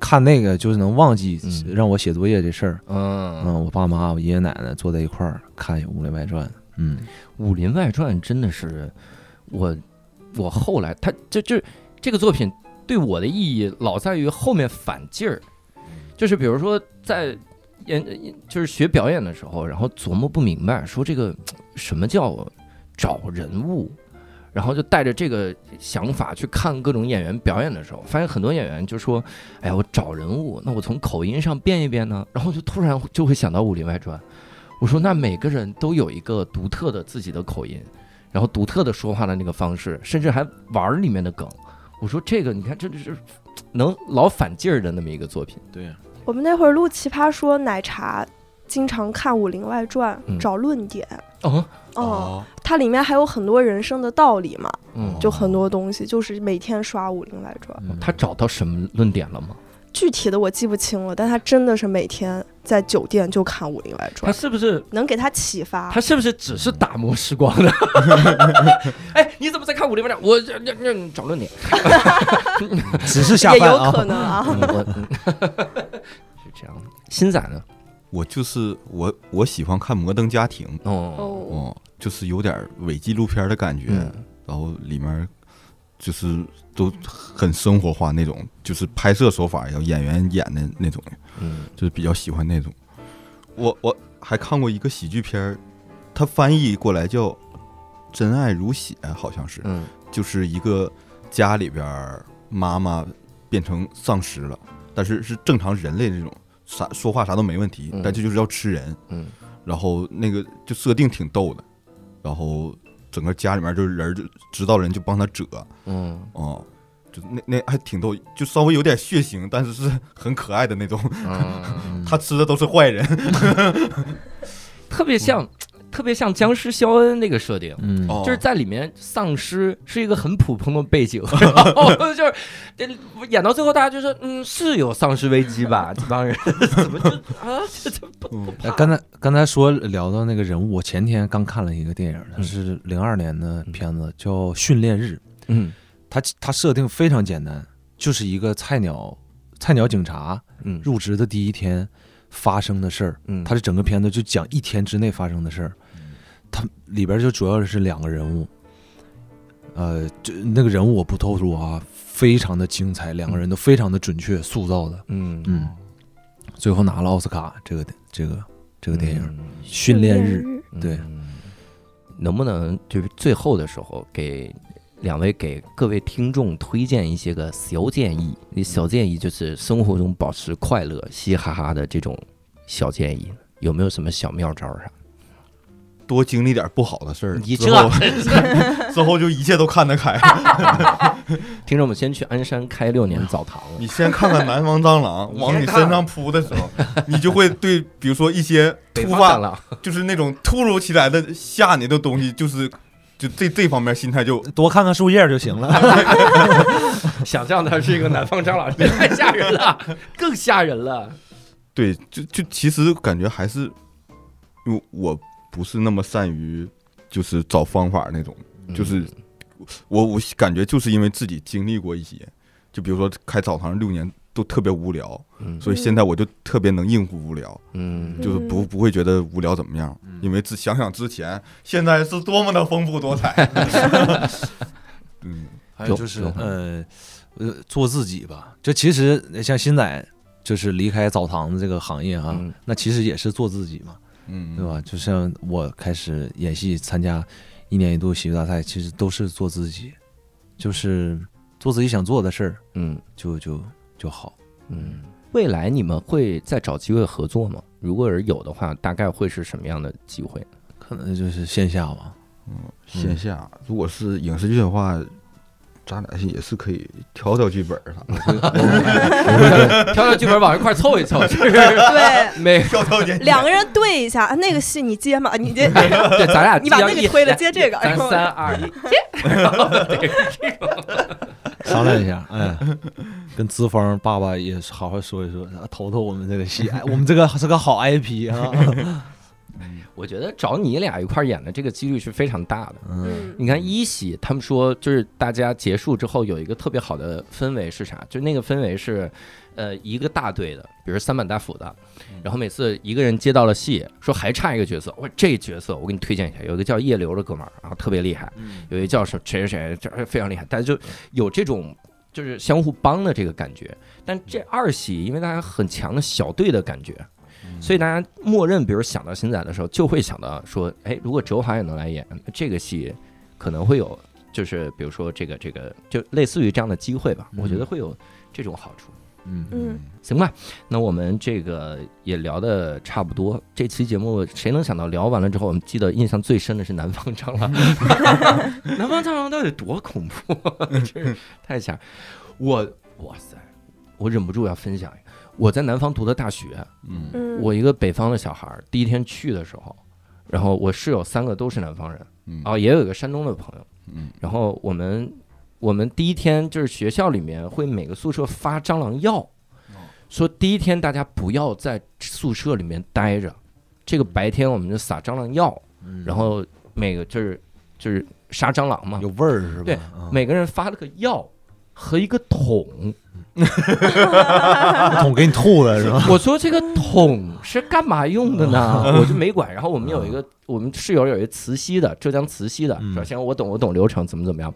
S5: 看那个就是能忘记
S1: 嗯
S5: 让我写作业这事儿。
S1: 嗯，
S5: 嗯，我爸妈、我爷爷奶奶坐在一块儿看《武林外传》。嗯，
S1: 《武林外传》真的是我，我后来他就就这个作品对我的意义老在于后面反劲儿，就是比如说在演就是学表演的时候，然后琢磨不明白，说这个什么叫找人物。然后就带着这个想法去看各种演员表演的时候，发现很多演员就说：“哎呀，我找人物，那我从口音上变一变呢。”然后就突然就会想到《武林外传》，我说那每个人都有一个独特的自己的口音，然后独特的说话的那个方式，甚至还玩儿里面的梗。我说这个你看，这就是能老反劲儿的那么一个作品。
S5: 对，
S2: 我们那会儿录《奇葩说》，奶茶经常看《武林外传
S1: 嗯》，
S2: 找论点。
S1: 哦，
S2: 哦，，它里面还有很多人生的道理嘛，
S1: 嗯，
S2: 就很多东西，就是每天刷《武林外传》，
S1: 他找到什么论点了吗？
S2: 具体的我记不清了，但他真的是每天在酒店就看《武林外
S1: 他
S2: 传》，
S1: 是不是
S2: 能给他启发
S1: 他。是不是只是打磨时光 <laughs> 的？哎，你怎么在看《武林外传》？我这这这找论点，
S5: 只是下
S2: 也
S5: 饭
S2: 有
S5: 啊。
S2: 可能啊，
S1: 嗯我 <laughs> 是这样的。新仔呢？
S4: <laughs> 我就是我，我喜欢看《摩登家庭》
S1: 哦，
S2: 哦，
S4: 哦，就是有点伪纪录片的感觉，
S1: 嗯
S4: 然后里面就是都很生活化那种，就是拍摄手法，然后演员演的那种，
S1: 嗯
S4: 就是比较喜欢那种。我我还看过一个喜剧片儿，它翻译过来叫《真爱如血》，好像是，
S1: 嗯
S4: 就是一个家里边儿妈妈变成丧尸了，但是是正常人类这种，啥说话啥都没问题
S1: 嗯，
S4: 但这就是要吃人。
S1: 嗯，
S4: 然后那个就设定挺逗的，然后整个家里面就是人儿就知道人就帮他折，
S1: 嗯，
S4: 哦、就那那还挺逗，就稍微有点血腥，但是是很可爱的
S1: <laughs>
S4: 那种。
S1: 嗯
S4: 他吃的都是坏人。
S1: 特别像，特别像僵尸肖恩那个设定。
S5: 嗯，
S4: 哦
S1: 就是在里面，丧尸是一个很普通的背景，然后就是这演到最后，大家就说，嗯，是有丧尸危机吧？这帮人怎么就啊，这这不不怕？
S5: 呃刚才刚才说聊到那个人物，我前天刚看了一个电影，它是零二年的片子，叫《训练日》。
S1: <laughs> 嗯
S5: 它它设定非常简单，就是一个菜鸟菜鸟警察
S1: 嗯
S5: 入职的第一天发生的事儿。
S1: 嗯，
S5: 它是整个片子就讲一天之内发生的事儿。它里边就主要是两个人物，呃，这那个人物我不透露啊，非常的精彩，两个人都非常的准确塑造的。
S1: 嗯
S5: 嗯，最后拿了奥斯卡这个这个
S1: 这
S5: 这个电影《训练日》。对，
S1: 嗯能不能就是最后的时候给两位给各位听众推荐一些个小建议？那小建议就是生活中保持快乐、嘻嘻哈哈的这种小建议，有没有什么小妙招啊啥？
S4: 多经历点不好的事儿，
S1: 你
S4: 之
S1: <laughs>
S4: 后 <laughs> 之后就一切都看得开。
S1: 听着，我们先去鞍山开六年澡堂了
S4: 你。先看看南方
S1: <laughs>
S4: 蟑螂往你身上扑的时候，你就会对，比如说一些突
S1: 发
S4: 发，
S1: 了，
S4: 就是那种突如其来的吓你的东西，就是就这这方面心态就
S5: 多看看树叶就行了。
S1: <laughs> 想象它是一个南方蟑螂，这太 <laughs> 吓人 <laughs> 了，更吓人了。
S4: 对，就就其实感觉还是因为我不是那么善于就是找方法那种，就是
S1: 嗯
S4: 我我感觉就是因为自己经历过一些，就比如说开澡堂六年都特别无聊，
S1: 嗯
S4: 所以现在我就特别能应付无聊，
S1: 嗯
S4: 就是不不会觉得无聊怎么样，
S5: 嗯
S4: 因为自想想之前现在是多么的丰富
S5: <laughs>
S4: 多彩。嗯，
S5: 还有
S1: 就
S5: 就是
S1: 就
S5: 呃呃做自己吧，这其实呃像新仔就是离开澡堂子这个行业哈、啊
S1: 嗯
S5: 那其实也是做自己嘛，
S4: 嗯，
S5: 对吧？就像我开始演戏，参加一年一度喜剧大赛，其实都是做自己，就是做自己想做的事儿，
S1: 嗯
S5: 就就就好。
S1: 嗯。未来你们会再找机会合作吗？如果是有的话，大概会是什么样的机 <laughs> 会？
S5: 可能就是线下 <laughs> 吧，
S4: 线下如果是影视剧的话，咱俩也是可以调调剧本啥的， <laughs>
S1: 挑挑剧本往一块凑一 <laughs> 凑，是不是
S2: 对，
S1: 每
S4: 调调演
S2: 两个人对一下，啊那个戏你接
S1: <laughs>
S2: 吗？啊你接， <laughs>
S1: 对咱俩
S2: 你把那
S1: 嗯要
S2: 个
S1: 一
S2: 推了
S1: 来
S2: 接这个，
S1: 咱
S2: 然后
S1: 三二一，
S5: <laughs> 商量一下，哎，跟资方爸爸也好好说一说，投投我们这个戏，哎，我们这个是个好 IP 啊，
S1: 我觉得找你俩一块儿演的这个几率是非常大的。
S5: 嗯，
S2: 嗯
S1: 你看一喜，他们说就是大家结束之后有一个特别好的氛围是啥？就那个氛围是，呃，一个大队的，比如三板大斧的，然后每次一个人接到了戏，说还差一个角色，哇，这角色我给你推荐一下，有一个叫叶流的哥们儿，然后特别厉害，有一个叫什么谁谁谁，这非常厉害，大家就有这种就是相互帮的这个感觉。但这二喜，因为大家很强的小队的感觉。所以大家默认，比如想到新仔的时候，就会想到说，哎，如果哲华也能来演这个戏，可能会有，就是比如说这个这个，就类似于这样的机会吧，
S5: 嗯
S1: 我觉得会有这种好处。
S5: 嗯
S2: 嗯，
S1: 行吧，那我们这个也聊的差不多。这期节目谁能想到聊完了之后，我们记得印象最深的是南方蟑螂，南方蟑螂到底多恐怖，真是太吓人！我哇塞，我忍不住要分享一个，我在南方读的大学，
S4: 嗯
S2: 嗯 <laughs>
S1: 我一 <laughs> 个北方的小孩儿，第一天去的时候，然后我室友三个都是南方人，
S4: 嗯
S1: 啊，也有一个山东的朋友，
S4: 嗯
S1: 然后我们我们第一天就是学校里面会每个宿舍发蟑螂药，说第一天大家不要在宿舍里面待着，这个白天我们就撒蟑螂药，然后每个就是就是杀蟑螂嘛
S5: 有，味儿是吧？
S1: 对
S5: 啊
S1: 每个人发了个药和一个桶，
S5: 桶给你吐了是吧？
S1: <laughs> 我说这个桶是干嘛用的 <laughs> 呢？我就没管。然后我们有一个，我们室友有一个慈溪的，浙江慈溪的，
S5: 嗯
S1: 说行，我懂，我懂流程，怎么怎么样。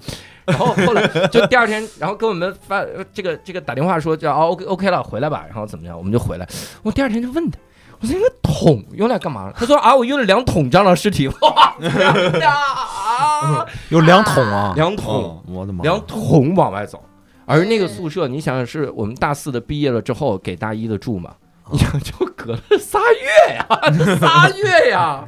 S1: 然后后来就第二天，然后给我们发呃这个这个打电话说叫哦 OK OK 了，回来吧，然后怎么样，我们就回来。我第二天就问他。我说那个桶用来干嘛？他说啊，我用了两桶蟑螂尸体，哇，啊，
S5: 有两桶啊，
S1: 两桶，
S4: 哦
S5: 我的妈呀，
S1: 两桶往外走。而那个宿舍，你想想，是我们大四的毕业了之后给大一的住嘛？你想就隔了仨月呀， <laughs> 这仨月呀！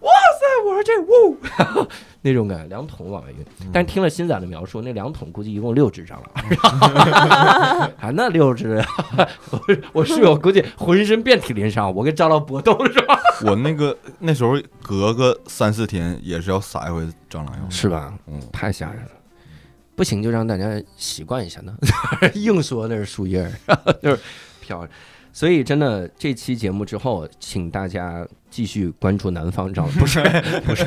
S1: 哇塞，我说这呜， <laughs> 那种感觉，两桶往外运。但听了新仔的描述，那两桶估计一共六只蟑螂， <laughs> 啊，那六只，我我室友估计浑身遍体鳞伤，我跟蟑螂搏斗是吧？
S4: 我那个那时候隔个三四天也是要撒一回蟑螂药，
S1: 是吧？
S4: 嗯，
S1: 太吓人了。不行，就让大家习惯一下呢。 <laughs> 硬说那是树叶儿， <laughs> 就是飘着。所以真的，这期节目之后，请大家继续关注南方蟑螂，不是 <laughs> 不是，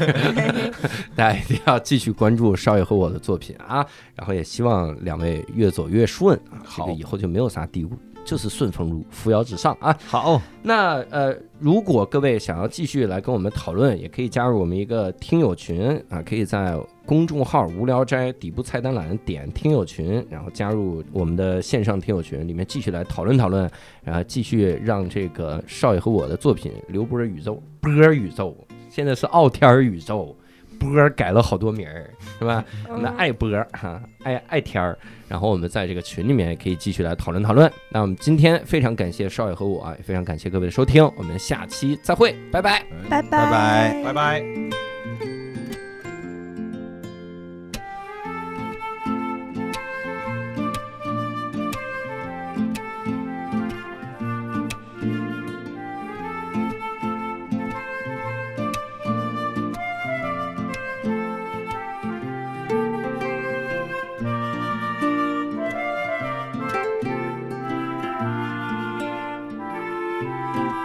S1: 大家一定要继续关注少爷和我的作品啊。然后也希望两位越走越顺啊，这
S5: 好
S1: 个以后就没有啥低谷，就是顺风路，扶摇直上啊。
S5: 好，
S1: 那呃，如果各位想要继续来跟我们讨论，也可以加入我们一个听友群啊，可以在公众号“无聊斋”底部菜单栏点听友群，然后加入我们的线上听友群，里面继续来讨论讨论，然后继续让这个少爷和我的作品《刘波宇宙》波儿宇宙，现在是傲天儿宇宙。波儿改了好多名儿，是吧？
S2: 嗯
S1: 我们的爱波儿哈、爱爱天儿，然后我们在这个群里面也可以继续来讨论讨论。那我们今天非常感谢少爷和我啊，也非常感谢各位的收听，我们下期再会，拜拜。
S2: 拜
S4: 拜拜
S3: 拜拜。
S4: 拜拜。